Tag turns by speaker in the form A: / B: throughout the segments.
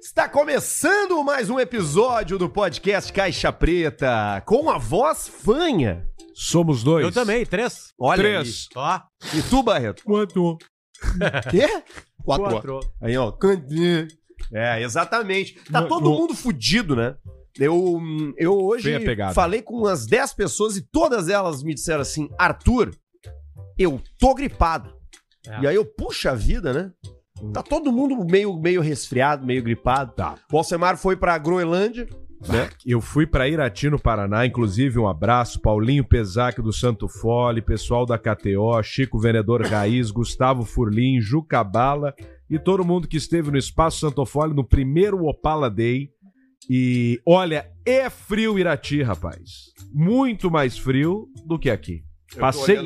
A: Está começando mais um episódio do podcast Caixa Preta, com a voz fanha.
B: Somos dois.
C: Eu também, três.
A: Olha
B: Três.
C: Ó,
A: aí. E tu, Barreto?
B: Quanto?
A: Quê?
C: quatro.
A: Aí, ó. É, exatamente. Tá
B: No-
A: todo
B: no-
A: mundo fudido, né? Eu, eu hoje
B: Feia pegada.
A: falei com umas 10 pessoas e todas elas me disseram assim: Arthur, eu tô gripado.
C: É.
A: E aí eu, puxa vida, né? Tá todo mundo meio, meio resfriado, meio gripado.
B: Tá.
A: O Alcemar foi pra Groenlândia.
B: Eu fui pra Irati, no Paraná, inclusive um abraço, Paulinho Pesac do Santo Fole, pessoal da KTO, Chico Vendedor Raiz, Gustavo Furlim, Juca Bala e todo mundo que esteve no Espaço Santo Fole no primeiro Opala Day. E olha, é frio Irati, rapaz. Muito mais frio do que aqui. é Passei,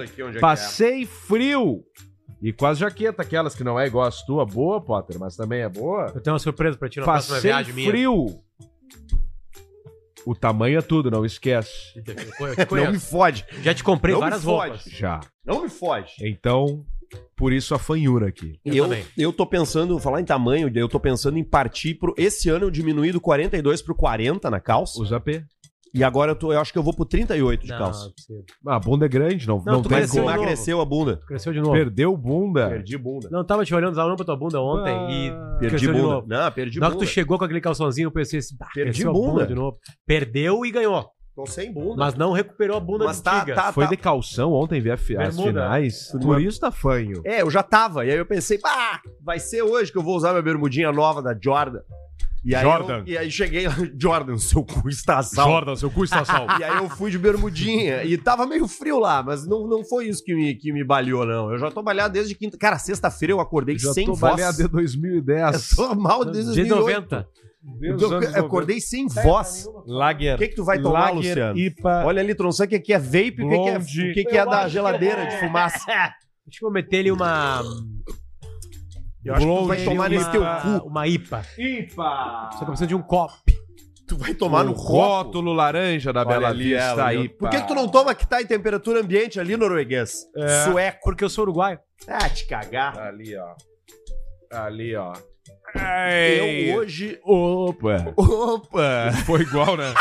B: passei frio e com as jaquetas, aquelas que não é igual as tua, boa, Potter, mas também é boa.
C: Eu tenho uma surpresa pra ti na próxima
B: Passei
C: viagem minha.
B: frio. O tamanho é tudo, não esquece.
C: Eu te
A: Não me
C: conheço.
A: fode.
C: Já te comprei
A: Não me
C: várias
A: fode.
C: roupas.
B: Já.
A: Não me fode.
B: Então, por isso a fanhura aqui.
C: Eu
A: Eu, eu,
C: também.
A: tô pensando, falar em tamanho, eu tô pensando em partir pro. Esse ano eu diminuí do 42 pro 40 na calça.
B: Usa P.
A: E agora eu, tô, eu acho que eu vou pro 38 de calça.
C: precisa.
B: Ah, a bunda é grande, não, não,
C: Não, tu
B: tem
C: pareceu
A: Emagreceu,
B: como.
C: é novo. É.
A: emagreceu a bunda.
C: Cresceu de novo.
B: Perdeu bunda. Ah,
A: Perdi bunda.
C: Não, tava te olhando, tava olhando pra tua bunda ontem e
A: Ah. Perdi
C: cresceu de
A: bunda.
C: novo.
A: Não, perdi
C: na hora que
A: bunda.
C: tu chegou com aquele calçãozinho, eu pensei assim, bah,
A: Perdi
C: cresceu a
A: bunda.
C: de novo. Perdeu e ganhou,
A: Tô sem bunda.
C: mas não recuperou a bunda
A: Mas tá-
C: antiga.
A: tá-
B: Foi de calção ontem, ver a fi- as
C: Bermuda.
B: finais.
A: Tu
B: Por
A: não-
B: isso tá fanho.
A: É, eu já tava. E aí eu pensei, pá, vai ser hoje que eu vou usar minha bermudinha nova da Jordan. E aí
B: Jordan.
A: eu- e aí cheguei lá, Jordan, seu cu está salvo.
B: seu cu está salvo.
A: E aí eu fui de bermudinha e tava meio frio lá, mas não, não foi isso que me, que me baleou, não. Eu já tô baleado desde quinta. Cara, sexta-feira eu acordei
B: Já
A: sem
B: tô
A: voz.
B: baleado de 2010.
A: Eu tô mal desde
C: de
A: 2008.
C: 90.
B: Deus,
A: Eu,
B: anos
A: eu acordei sem
B: 90.
A: voz. O
B: Lager.
A: que que tu vai tomar,
B: Lager,
A: Luciano?
B: Ipa.
A: Olha ali, Tronção, o que que é vape e o que que é,
B: Blonde.
A: o que que é da geladeira de fumaça?
C: Deixa eu meter ali uma...
A: Eu acho que tu vai
B: Blonde,
A: tomar nesse teu
C: uma-
A: cu.
C: Uma IPA.
B: Ipa.
C: Só que eu preciso de um copo.
A: Tu vai tomar no
B: O
A: rótulo.
B: rótulo laranja da Bela Vista aí.
A: Por que, que tu não toma que tá em temperatura ambiente ali, norueguês?
B: É.
A: Sueco.
C: Porque eu sou uruguaio.
A: Ah, te cagar.
B: Ali, ó. Ali, ó.
A: Tá Eu hoje...
B: Opa!
A: Opa!
B: Foi igual, né?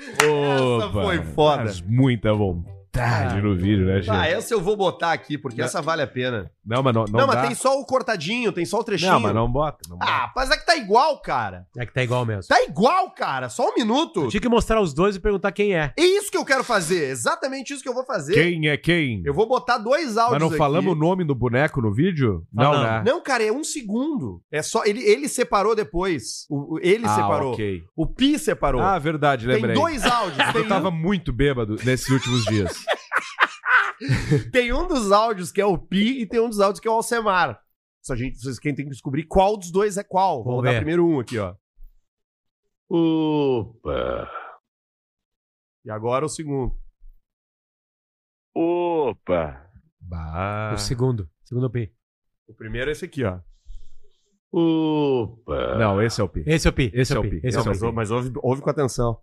A: Essa foi foda.
B: Mas muita vontade no vídeo, né,
A: Ah,
B: gente?
A: essa eu vou botar aqui, porque essa vale a pena.
B: Não, mas não, não,
A: Não, mas
B: dá.
A: tem só o cortadinho, tem só o trechinho.
B: Não, mas não bota. Não bota.
A: Ah, mas é que tá igual, cara.
C: É que tá igual mesmo.
A: Tá igual, cara. Só um minuto.
C: Eu tinha que mostrar os dois e perguntar quem é.
A: É isso que eu quero fazer. Exatamente isso que eu vou fazer.
B: Quem é quem?
A: Ah, Eu vou botar dois áudios
B: Mas não
A: aqui. Ah,
B: falamos o nome do boneco no vídeo?
C: Falamos.
B: Não, né?
A: Não, cara, é um segundo. É só... Ele, ele separou depois. O, o- ele
B: Ah,
A: separou.
B: ok.
A: O Pi separou.
B: Ah, verdade,
A: tem
B: lembrei. Ah,
A: dois áudios. tem,
B: Eu tava muito bêbado nesses últimos dias.
A: um, tem um dos áudios que é o Pi e tem um dos áudios que é o Alcemar. Só a gente, vocês quem tem que descobrir qual dos dois é qual. Vou
C: Vamos
A: dar
C: ver.
A: primeiro um aqui, ó.
D: Opa!
A: E agora o segundo.
D: Opa!
B: Bah.
C: O segundo. Segundo Pi.
A: O primeiro é esse aqui, ó.
D: Opa!
B: Não, esse é o P.
C: Esse é o Pi.
B: Esse é o Pi.
C: Esse
A: Não,
C: é o
A: mas,
C: Pi.
A: ou- mas ouve, ouve com atenção.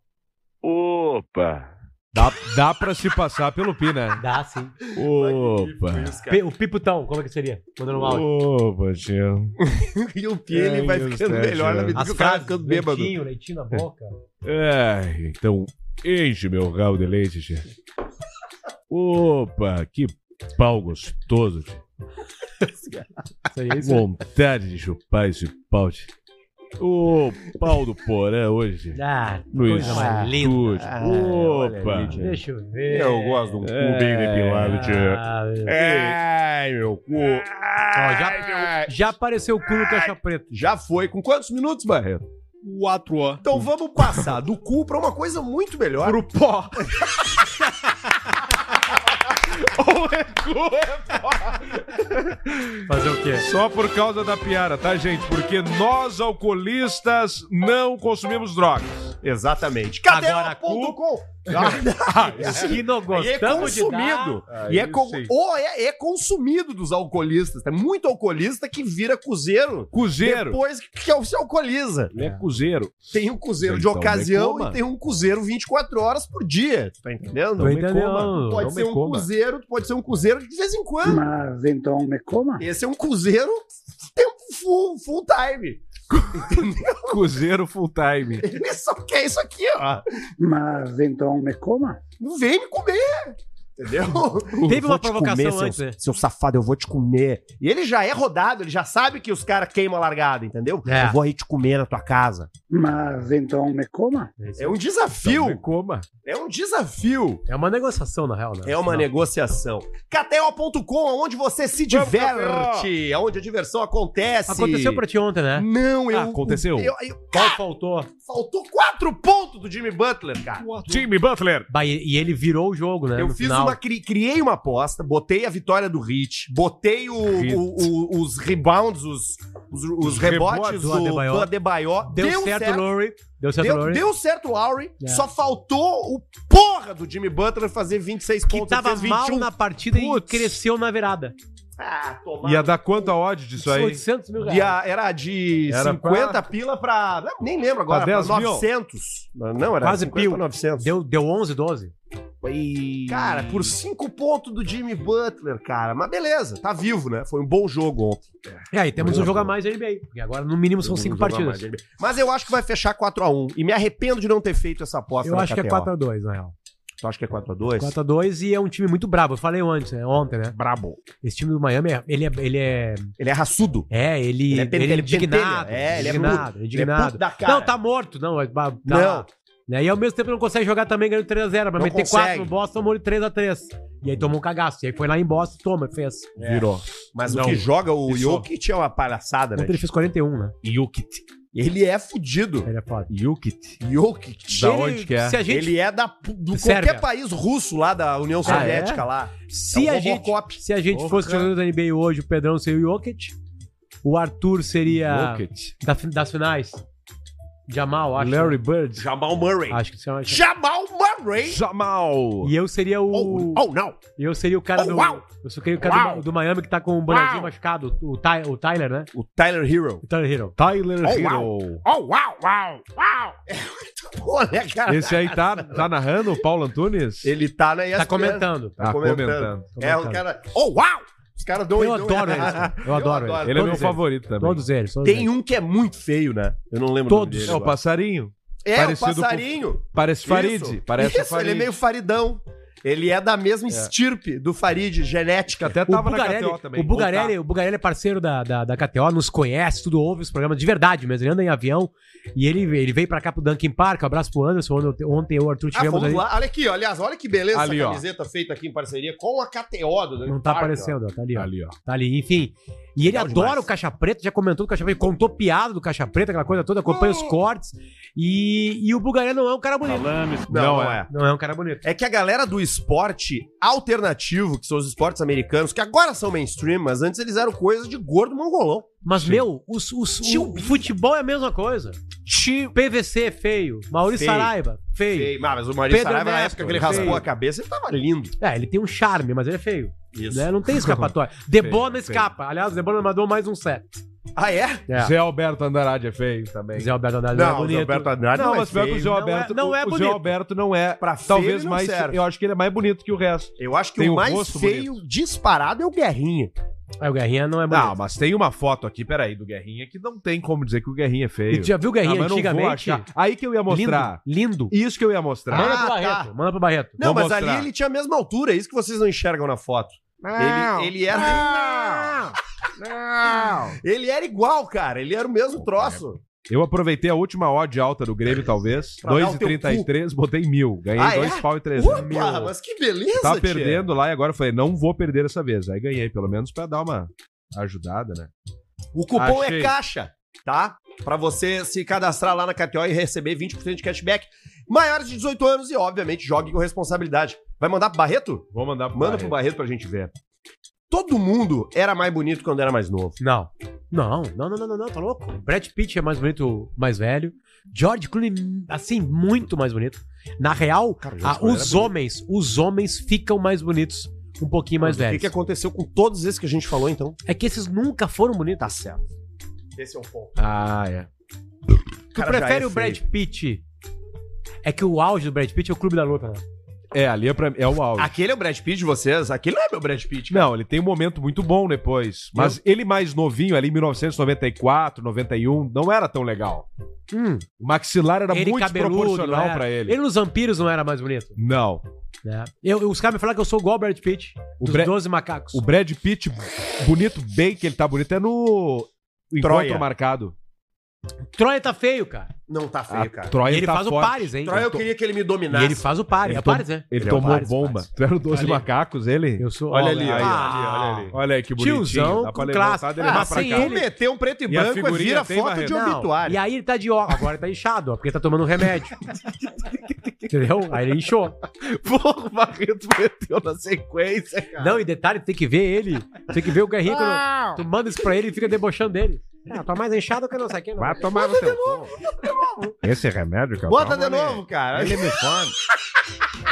D: Opa!
B: Dá, dá pra se passar pelo Pi, né?
C: Dá sim.
B: Opa.
C: Pi- O Piputão, como é que seria? Mandando um áudio.
B: Opa, tio.
A: e o Pi ele
B: Ai,
A: vai
B: meu
A: ficando
B: Deus,
A: melhor na
B: cara.
A: medida que o cara vai ficando bêbado.
C: leitinho, leitinho na boca.
B: É, então enche meu ralo de leite, tia. Opa, que pau gostoso, tia.
C: Seria isso?
B: Vontade de chupar esse pau, tia. O pau do porã hoje, tia.
C: Ah,
B: No
C: coisa mais linda.
B: estúdio.
A: Ah, olha
B: Opa.
A: ali, tia.
C: Deixa eu ver.
A: gosto de um
B: É.
C: Ah, meu Deus.
B: Ai, meu cu.
C: Ó, já, já apareceu o cu no caixa preta.
A: Já foi. Com quantos minutos, Barreto?
B: Quatro ó.
A: Então vamos passar do cu pra uma coisa muito melhor.
B: Pro pó.
C: Fazer o quê?
B: É Só por causa da piara, tá, gente? Porque nós, alcoolistas, não consumimos drogas.
A: Exatamente.
C: Agora
A: KTO.com.
C: Isso que não
A: E é
C: gostamos de dar. Ah,
A: consumido. E é, con- ou é, é consumido dos alcoolistas. Tem muito alcoolista que vira cozeiro
B: Cruzeiro.
A: depois que, que se alcooliza.
B: Ele é cruzeiro.
A: Tem um cozeiro de
B: Então,
A: ocasião
B: me coma.
A: e tem um cozeiro 24 horas por dia. Tu tá entendendo?
C: Tô
B: me
C: entendendo.
B: coma.
A: pode
B: não
A: ser
B: me
A: um
B: coma.
A: cruzeiro, tu pode ser um cruzeiro de vez em quando.
E: Mas então me coma.
A: Esse é um cruzeiro tempo full, full um time.
B: Cozeiro full time.
A: Ele só quer isso aqui, ó.
E: Mas então me coma.
A: Não vem me comer. Entendeu?
C: Teve
A: Vou
C: uma
A: te
C: provocação
A: comer,
C: antes,
A: seu,
C: né?
A: seu safado, eu vou te comer. E ele já é rodado, ele já sabe que os caras queimam a largada, entendeu?
C: É.
A: Eu vou aí te comer na tua casa.
E: Mas então me coma.
A: É um
B: Então,
A: desafio.
B: me coma.
A: É um desafio.
C: É uma negociação, na real, né?
A: É uma
C: Não.
A: negociação. KTO.com, onde você se diverte, onde a diversão acontece.
C: Aconteceu pra ti ontem, né?
A: Não, eu.
B: Ah, aconteceu.
A: eu- eu-
C: Qual
A: cara,
C: faltou?
A: faltou quatro pontos do Jimmy Butler, cara.
B: Jimmy Butler.
C: Bah, e e ele virou o jogo, né?
A: Eu
C: no
A: fiz
C: final.
A: uma. cri- Criei uma aposta, botei a vitória do Hit, botei o-
B: Hit.
A: o- o- os rebounds, os, os, os
B: Os
A: rebotes
B: rebotes
A: do,
C: do
A: do
C: Adebayor.
A: Adebayor.
C: Deu, certo, o Lowry. Deu certo, o
A: Deu,
C: Lowry.
A: deu certo o Lowry,
C: É.
A: só faltou o porra do Jimmy Butler fazer 26
C: Que
A: pontos.
C: tava
A: ele fez
C: mal
A: 21.
C: na partida
B: Putz.
C: e cresceu na virada.
A: Ah, tomar
B: Ia dar quanta odd disso aí?
C: 800 mil reais.
A: E a- era de
B: Era
A: 50 pila pra. não, Nem lembro agora,
B: Pra
A: pra
B: 10 mil.
A: 900. Não, era
C: Quase
A: 50
C: pio.
A: pra 900.
C: Deu, deu 11, 12.
A: Cara, por 5 pontos do Jimmy Butler, cara. Mas beleza, tá vivo, né? Foi um bom jogo ontem.
C: E aí, temos um jogo a mais na NBA. Porque agora, no mínimo, são 5
A: jogo a
C: partidas.
A: mais, Mas eu acho que vai fechar 4x1. E me arrependo de não ter feito essa aposta.
C: Eu
A: na
C: acho que é
A: KTO.
C: 4x2, na real.
A: Tu acha que é 4x2?
C: 4x2 e é um time muito brabo. Eu falei antes, né? Ontem, né?
A: Brabo.
C: Esse time do Miami, é- ele é. Ele é,
A: Ele é raçudo.
C: é, ele,
A: Ele
C: ele,
A: é
C: é
A: pen- ele
C: indignado.
A: pentelha. É, ele é
C: indignado,
A: é
C: indignado.
A: puto da cara.
C: Não, tá morto, não. é- Tá,
A: Não.
C: Né? E ao mesmo tempo não consegue jogar também ganhando 3x0. Mas
A: Não
C: meter
A: consegue.
C: 4 no Boston, tomou 3x3. E aí tomou um cagaço. E aí foi lá em Boston, toma, fez.
A: É.
B: Virou.
A: Mas o
B: Não.
A: que joga o
B: Isso.
A: Jokic é uma palhaçada, né?
C: Ontem ele fez 41, né?
B: Yukit.
A: Ele é fudido.
C: Ele é foda.
B: Yukit.
A: Jokic.
B: Da
C: Ele-
B: onde que é?
C: Se a gente
A: É. Ele é da, do
C: Sérvia.
A: qualquer país russo lá da União Soviética lá.
C: Se,
A: Ah, É o
C: a gente,
A: Robocop.
C: se a gente
B: Porra.
C: fosse jogador da NBA hoje, o Pedrão seria o Jokic. O Arthur seria.
B: Yukit.
C: da fi- das finais. Jamal, acho. né?
B: Larry Bird.
A: Jamal Murray.
C: Acho que se chama.
A: Jamal Murray.
B: Jamal.
C: E eu seria o.
A: Oh, oh, não.
C: E eu seria o cara
A: Oh,
C: do.
A: uau.
C: Eu seria o cara
A: Uau.
C: do, do Miami que tá com um bonezinho
A: Uau.
C: machucado. O, Ty, o Tyler, né?
A: O Tyler Hero.
C: O Tyler Hero.
B: Tyler
A: Oh,
B: Hero.
A: Oh, uau, uau, uau. É muito bom, né, cara?
B: Esse aí tá, tá narrando o Paulo Antunes?
A: Ele tá na
C: Tá
A: ESPN.
C: comentando.
B: tá comentando.
A: É, o cara... Oh, uau. Os caras dão...
C: Eu
A: dão-
C: adoro ele. Eu adoro ele.
B: Ele é
C: Todos
B: meu
C: eles.
B: favorito também.
C: Todos eles. Todos
A: Tem
C: eles.
A: um que é muito feio, né? Eu não lembro
C: Todos.
B: É o
A: agora.
B: passarinho.
A: É, o
B: parecido com-
A: passarinho.
B: Parece Farid.
A: Isso.
B: Parece
A: Isso, ele é meio faridão. Ele é da mesma estirpe do Farid,
B: Que
A: genética.
B: até
C: O
B: tava
C: Bugarelli,
B: na KTO também. tá.
C: o, Bugarelli, o Bugarelli é parceiro da, da, da KTO, nos conhece, tudo ouve os programas de verdade mesmo. Ele anda em avião e ele, ele veio pra cá pro Dunkin' Park. Um abraço pro Anderson. Ontem, ontem eu e o Arthur
A: Ah,
C: tivemos
A: vamos
C: ali.
A: lá. Olha aqui, ó. aliás, olha que beleza
B: Ali,
A: essa
B: ó.
A: camiseta feita aqui em parceria com a KTO do
C: Não
A: Dunk
C: tá
A: Park,
C: aparecendo, ó. Tá ali, ó.
B: Ali, ó.
C: Tá ali, enfim. E ele
A: Legal
C: adora
A: demais.
C: o Caixa Preta, já comentou do Caixa Preta, contou piada do Caixa Preta, aquela coisa toda, acompanha os cortes. E, e o Bugarelli não é um cara bonito.
D: Salames.
A: ó. Não, não é.
C: Não é um cara bonito.
A: É que a galera do esporte alternativo, que são os esportes americanos, que agora são mainstream, mas antes eles eram coisa de gordo mongolão.
C: Mas, meu, os, os- o futebol é a mesma coisa. PVC é feio. Maurício
A: Feio.
C: Saraiva, feio.
A: Ei, Ah, mas o Maurício
C: Pedro
A: Saraiva, na
C: Neto,
A: época que ele
C: feio.
A: raspou a cabeça, ele tava lindo.
C: É, ele tem um charme, mas ele é feio.
A: Isso.
C: Né? Não tem escapatória. Debona
B: Feio, feio.
C: escapa. Aliás, Debona mandou mais um set.
A: Ah, é?
C: É.
B: Zé Alberto Andrade é feio também.
C: Zé Alberto Andrade
A: Não,
C: é bonito.
A: o Roberto Andrade
B: Não,
A: não, é
B: mas pior que o Zé
A: feio.
C: Não é-
B: Alberto.
C: não
B: o-
C: é
B: o Zé
C: bonito.
B: Alberto não é.
A: Pra feio
B: talvez
A: ele não
B: mais.
A: serve.
B: Eu acho que ele é mais bonito que o resto.
A: Eu acho que
B: Tem
A: o
B: um
A: mais
B: rosto
A: feio, disparado, é o Guerrinha.
C: Aí o Guerrinha não é bonito.
B: Não, mas tem uma foto aqui, peraí, do Guerrinha que não tem como dizer que o Guerrinha é
C: E
B: feio.
C: tu já viu o Guerrinha
B: Ah, mas não vou
C: antigamente?
B: achar. Aí que eu ia mostrar. tá.
C: Lindo. lindo.
B: Isso que eu ia mostrar.
C: Manda
A: Ah,
C: pro Barreto. Manda pro Barreto.
A: Não,
B: Vou
A: mas
B: mostrar.
A: ali ele tinha a mesma altura, é isso que vocês não enxergam na foto. Ele, ele era. Ele era igual, cara. Ele era o mesmo troço.
B: Eu aproveitei a última odd alta do Grêmio, talvez.
A: Pra dar o teu
B: 2,33, botei mil. Ganhei
A: Ah, é?
B: dois pau e três.
A: Opa, mas que beleza,
B: Tava
A: tia.
B: Tá perdendo lá e agora eu falei, não vou perder essa vez. Aí ganhei, pelo menos pra dar uma ajudada, né?
A: O cupom é
B: Achei.
A: caixa, tá? Pra você se cadastrar lá na KTO e receber 20% de cashback. Maiores de 18 anos e, obviamente, jogue com responsabilidade. Vai mandar pro Barreto?
B: Vou mandar pro
A: Manda
B: Barreto.
A: pro Barreto pra gente ver. Todo mundo era mais bonito quando era mais novo.
C: Não. Não, não, não, não, não, não, tá louco? Brad Pitt é mais bonito, mais velho. George Clooney, assim, muito mais bonito. Na real,
A: Cara,
B: Ah,
C: a- os homens, os homens ficam mais bonitos, um pouquinho
A: Mas
C: mais
A: o que,
C: velhos.
A: que aconteceu com todos esses que a gente falou, então?
C: É que esses nunca foram bonitos.
A: Tá certo. Esse é o ponto.
B: Ah, é.
C: Tu prefere o Brad Pitt? É que o auge do Brad Pitt é o é Clube da Luta, né?
B: É, ali é, pra- é o auge.
A: Aquele é o Brad Pitt de vocês? Aquele não é meu Brad Pitt.
B: Não, ele tem um momento muito bom depois. Mas ele mais novinho, ali em 1994, 91, não era tão legal.
C: Hum,
B: O maxilar era
C: ele
B: muito
C: cabeludo,
B: desproporcional
C: é.
B: pra ele.
C: Ele nos vampiros não era mais bonito.
B: Não.
C: né? Eu, eu- os caras me falaram que eu sou igual o Brad Pitt,
B: O
C: dos
B: Brad-
C: 12 macacos.
B: O Brad Pitt, bonito, bem que ele tá bonito, é no
A: Troia.
B: Encontro Marcado.
C: Troia tá feio, cara.
A: Não tá
B: A
A: feio, cara.
B: Troia
C: E ele
B: tá
C: faz
B: forte.
C: o Paris, hein?
A: Troia, eu queria que ele me dominasse.
C: E ele faz o Paris.
B: Ele
C: É
B: tom-
C: Paris, né?
B: Ele
A: Ele é o
B: tomou
C: Paris,
B: bomba.
C: Paris.
B: Tu era o 12
C: Ali.
B: macacos, ele?
C: Eu sou.
B: Olha
C: ó,
B: ali,
C: ó.
B: olha
A: ali, olha ali.
B: Olha aí que bonitinho.
C: Tiozão
B: Dá
C: com
B: pra levantar,
C: classe.
B: dele vai
C: Ah,
B: pra
C: sem
B: cá.
A: Tu meteu um preto e,
B: E a
A: branco e
B: figurinha
A: vira
B: tem,
A: foto
B: Barreto?
A: de
C: Não,
A: obituário.
C: E aí ele tá de óculos. Agora tá inchado, ó, porque tá tomando um remédio. Entendeu? Aí ele inchou.
A: Porra, o Barreto meteu na sequência, cara. Ah!
C: Não, e detalhe, tem que ver ele. Tem que ver o Guerrinho. quando tu manda isso pra ele e fica debochando dele. Ah, tá mais inchado que não sei o que. não.
B: Vai tomar no seu cu. Esse remédio que eu
A: Bota
B: tomo,
A: de
B: ele-
A: novo, cara.
B: Ele me fome.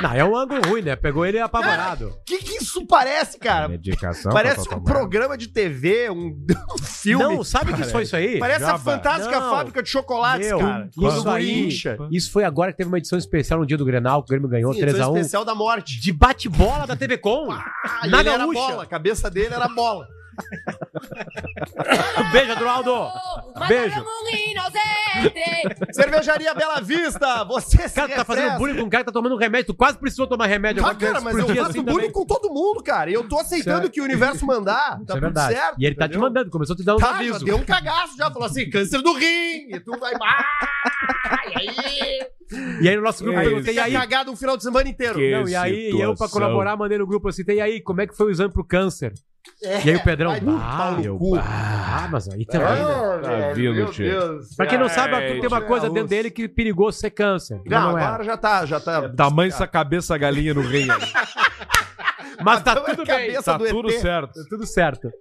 C: Não, é um ângulo ruim, né? Pegou ele apavorado.
A: O que, que isso parece, cara?
B: Medicação
A: É, Parece
C: tá,
A: um programa de TV, um, um filme.
C: Não, sabe o que foi isso aí?
A: Parece a
B: Java.
A: fantástica
C: Não.
A: fábrica de chocolates,
C: Meu,
A: cara.
C: isso
A: Quando
C: aí.
A: incha.
C: Isso foi agora que teve uma edição especial no dia do Grenal, que o Grêmio ganhou
A: Sim, edição
C: 3x1.
A: especial da morte.
C: De bate-bola da TV Com.
A: Ah,
C: Na
A: ele era
C: gaúcha.
A: bola, a cabeça dele era bola.
C: Um Beijo, Adroaldo. Beijo.
A: Cervejaria Bela Vista, você
C: O
A: se
C: cara que tá fazendo
A: refresca.
C: bullying né? com um cara que tá tomando remédio. Tu quase precisou tomar remédio
A: Tá,
C: agora.
A: cara, mas eu
C: explodir
A: faço
C: assim
A: bullying
C: também.
A: com todo mundo, cara. E eu tô aceitando
C: Isso é-
A: o que o universo mandar.
C: Isso
A: Tá
C: é
A: tudo
C: verdade.
A: certo.
C: e ele tá te
A: entendeu?
C: mandando, começou a te dar um
A: Tá, já
C: aviso.
A: deu um cagaço, já falou assim, câncer do rim, e tu vai... Ah, e aí?
C: E aí no nosso grupo
B: É
C: eu
A: Eu
C: perguntei, e
A: fiquei
C: aí?
A: cagado o um final de semana inteiro.
B: Que
C: Não, e aí eu, pra
B: situação.
C: colaborar, mandei no grupo assim, e aí, como é que foi o exame pro câncer?
A: É,
C: E aí o Pedrão,
A: vai
C: ah,
A: pau no
C: eu-
A: cu.
C: ah, mas aí
A: Ah,
C: também, né?
A: meu
B: vindo, tio.
A: Deus.
C: Pra quem
B: É,
C: não sabe, o
A: Ai,
C: Arthur tem uma
A: tio,
C: coisa
A: é a
C: dentro
A: luz.
C: dele que é perigoso ser câncer. Mas
A: Não,
C: não é. era.
A: agora já tá, já tá...
B: Tamanho essa cabeça galinha no rim. aí.
C: Mas tá
A: Então é
C: tudo bem.
A: cabeça
B: Tá
A: do
B: tudo
A: ET.
B: certo.
C: Tá Tudo certo.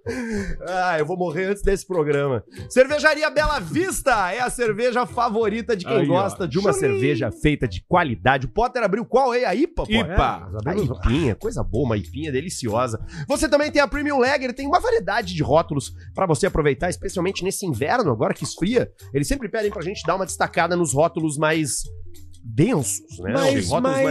A: Ah, eu vou morrer antes desse programa. Cervejaria Bela Vista é a cerveja favorita de quem
B: Aí, ó.
A: gosta de uma cerveja feita de qualidade. O Potter abriu qual aí? A IPA, Potter?
B: Ipa.
A: É, a IPinha, coisa boa, uma IPinha deliciosa. Você também tem a Premium Lager, tem uma variedade de rótulos pra você aproveitar, especialmente nesse inverno, agora que esfria. Eles sempre pedem pra gente dar uma destacada nos rótulos mais densos, né?
C: Mas
A: Os rótulos
C: mais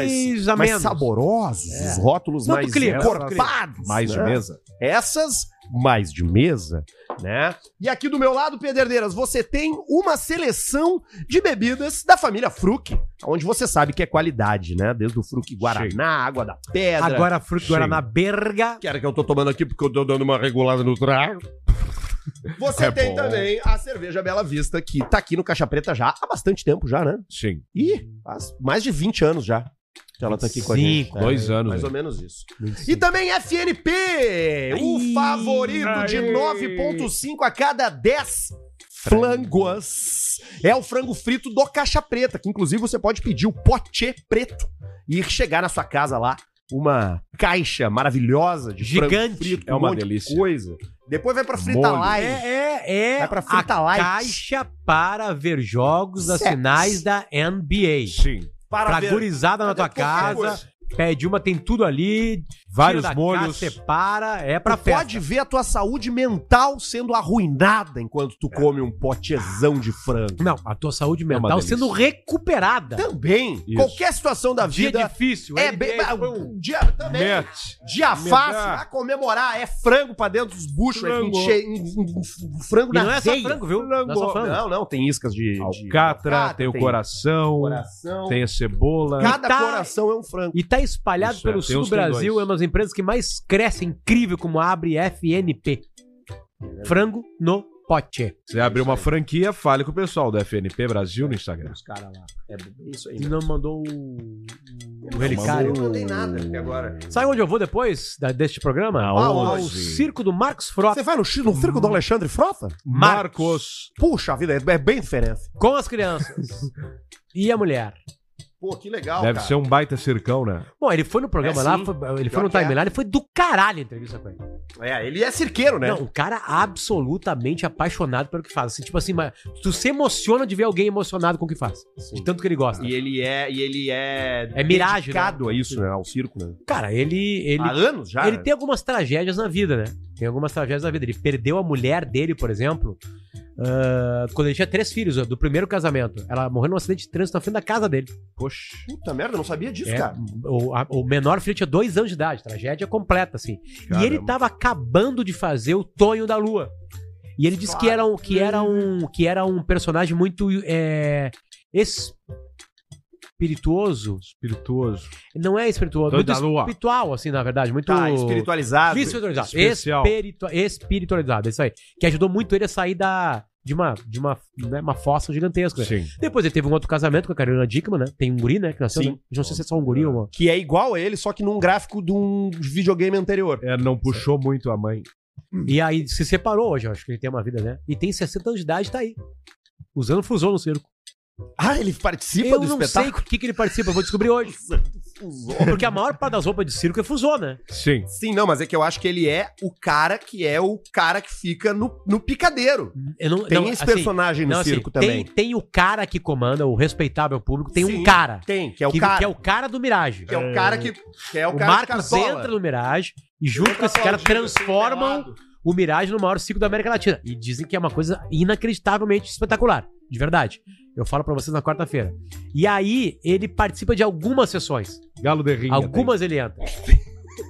A: mais,
C: ameno.
A: saborosos,
C: É.
A: os rótulos
C: Não, tu
A: mais
C: cria,
A: encorpados.
B: Mais de
A: né?
B: mesa.
A: essas mais de mesa, né? E aqui do meu lado, Pederneiras, você tem uma seleção de bebidas da família Fruc, onde você sabe que é qualidade, né? Desde o Fruc Guaraná, Água da Pedra.
C: Agora fruto
B: Chega.
C: Guaraná Berga.
A: que era que eu tô tomando aqui porque eu tô dando uma regulada no trago. Você
B: É
A: tem
B: bom.
A: também a cerveja Bela Vista, que tá aqui no Caixa Preta já há bastante tempo já, né?
B: Sim.
A: Ih, faz mais de 20 anos já que ela tá aqui com a gente.
C: Cinco,
A: né?
B: Dois anos.
A: Mais ou
B: velho.
A: menos isso. E também FNP, o
C: Ai,
A: favorito de 9.5 a cada 10 flangos. É o frango frito do Caixa Preta, que inclusive você pode pedir o pote preto e chegar na sua casa lá uma caixa maravilhosa de frango
C: Gigante.
A: frito, um
B: É uma
A: de
B: delícia.
A: coisa. Depois vai pra frita
B: Molho.
A: live.
C: É, é, é
A: Vai pra
C: a
A: Frita Light.
C: caixa para ver jogos das
A: Sexo.
C: finais da NBA.
B: Sim.
A: para
C: Pra
A: ver-
C: gurizada na
A: Cadê
C: tua
A: qualquer
C: casa,
A: coisa?
C: pede uma, tem tudo ali.
B: Vários
C: tira da
B: molhos.
C: Casa, separa, é pra
A: Tu
C: festa.
A: pode ver a tua saúde mental sendo arruinada enquanto tu come um potezão de frango.
C: Não, a tua saúde
B: É uma
C: mental
B: delícia.
C: sendo recuperada.
A: Também,
B: Isso.
A: qualquer situação da vida
C: Dia difícil.
A: É
C: NBA
A: bem.
C: foi um-
A: Um dia também.
B: Mete.
A: Dia
B: Me
A: fácil,
B: dá.
A: a comemorar, é frango pra dentro dos buchos, é
B: Frango.
A: enche- en- en- en- frango
C: E
A: na
C: não é só
A: veia.
C: frango, viu? Não é só frango.
A: Não, não, tem iscas de... de
B: Alcatra,
A: alcatra,
B: tem o
A: tem
B: coração,
A: coração.
B: tem a cebola.
A: Cada
C: Tá.
A: coração é um frango.
C: E tá espalhado
B: Isso,
C: pelo
B: é, tem
C: sul
B: uns
C: do
B: tem
C: Brasil,
B: dois.
C: é uma das empresas que mais cresce, é incrível como abre FNP. Frango no pote.
B: Você abriu uma franquia, fale com o pessoal do FNP Brasil no Instagram.
A: Os caras lá. É isso aí.
C: Ele
A: mesmo.
C: não mandou o, o
A: Eu
C: relicário.
A: não mandei nada até agora.
C: Sabe onde eu vou depois da- deste programa?
A: Aonde?
C: Ao circo do Marcos Frota.
A: Você vai no, chi- no circo do Alexandre Frota?
B: Marcos.
A: Puxa vida, é é bem diferente.
C: Com as crianças. e a mulher.
A: Pô, que legal,
B: Deve ser um baita circão, né?
C: Bom, ele foi no programa
A: É,
C: lá,
A: sim.
C: foi- ele foi
A: Pior
C: no
A: que é.
C: timeline, foi do caralho a entrevista com ele.
A: É, ele é cirqueiro, né?
C: Não, o cara absolutamente apaixonado pelo que faz. Assim, tipo assim, mas tu se emociona de ver alguém emocionado com o que faz.
A: Sim.
C: De tanto que ele gosta.
A: E ele é... E ele é...
C: É miragem, né?
A: Dedicado a isso, né? Ao circo, né?
C: Cara, ele. ele
A: Há anos já.
C: ele
A: né?
C: tem algumas tragédias na vida, né? Tem algumas tragédias da vida. Ele perdeu a mulher dele, por exemplo, ah, quando ele tinha três filhos, ó, do primeiro casamento. Ela morreu num acidente de trânsito na frente da casa dele.
B: Poxa.
A: Puta merda, eu não sabia disso,
C: É,
A: cara.
C: o, a- o menor filho tinha dois anos de idade, tragédia completa, assim. E ele
B: Caramba.
C: tava acabando de fazer o Tonho da Lua. E ele disse que era um, que era um, que era um personagem muito é, espirituoso.
B: Espirituoso.
C: Não é espirituoso,
B: Tonho
C: muito
B: da Lua.
C: espiritual, assim, na verdade. Muito
A: Tá, espiritualizado.
C: espiritualizado.
B: Especial.
C: Espiritua- espiritualizado, é isso aí. Que ajudou muito ele a sair da, de uma, de uma, né, uma fossa gigantesca. né?
B: Sim.
C: Depois ele teve um outro casamento com a Carolina Dickman, né? Tem um guri, né? Que nasceu,
A: Sim.
C: né? Não sei se é só um guri ou uma...
A: Que é igual a ele, só que num gráfico de um videogame anterior.
B: É, não puxou muito a mãe.
C: E aí se separou hoje, eu acho que ele tem uma vida, né? E tem 60 anos de idade e tá aí. Usando fusão no circo.
A: Ah, ele participa
C: eu
A: do
C: não sei
A: espetáculo?
C: o que, que ele participa, eu vou descobrir hoje. Porque a maior parte das roupas de circo é fusão, né?
B: Sim.
A: Sim, não, mas é que eu acho que ele é o cara que é o cara que fica no, no picadeiro.
C: Eu não,
A: Tem
C: não,
A: esse
C: assim,
A: personagem no
C: não, assim,
A: circo
C: tem-
A: também.
C: Tem, o cara que comanda, o respeitável público, tem
A: Sim.
C: um cara.
A: Tem, que é o
C: que,
A: cara.
C: que é o cara do Mirage.
A: que é o cara que, que é o,
C: o
A: cara de
C: Marcos
A: cartola.
C: entra no Mirage e junto com esse cara
A: Aplaudido, assim,
C: transformam
A: pelado.
C: o Mirage no maior circo da América Latina. E dizem que é uma coisa inacreditavelmente espetacular. De verdade. Eu falo pra vocês na quarta-feira. E aí, ele participa de algumas sessões.
B: Galo de rinha.
C: algumas ele entra.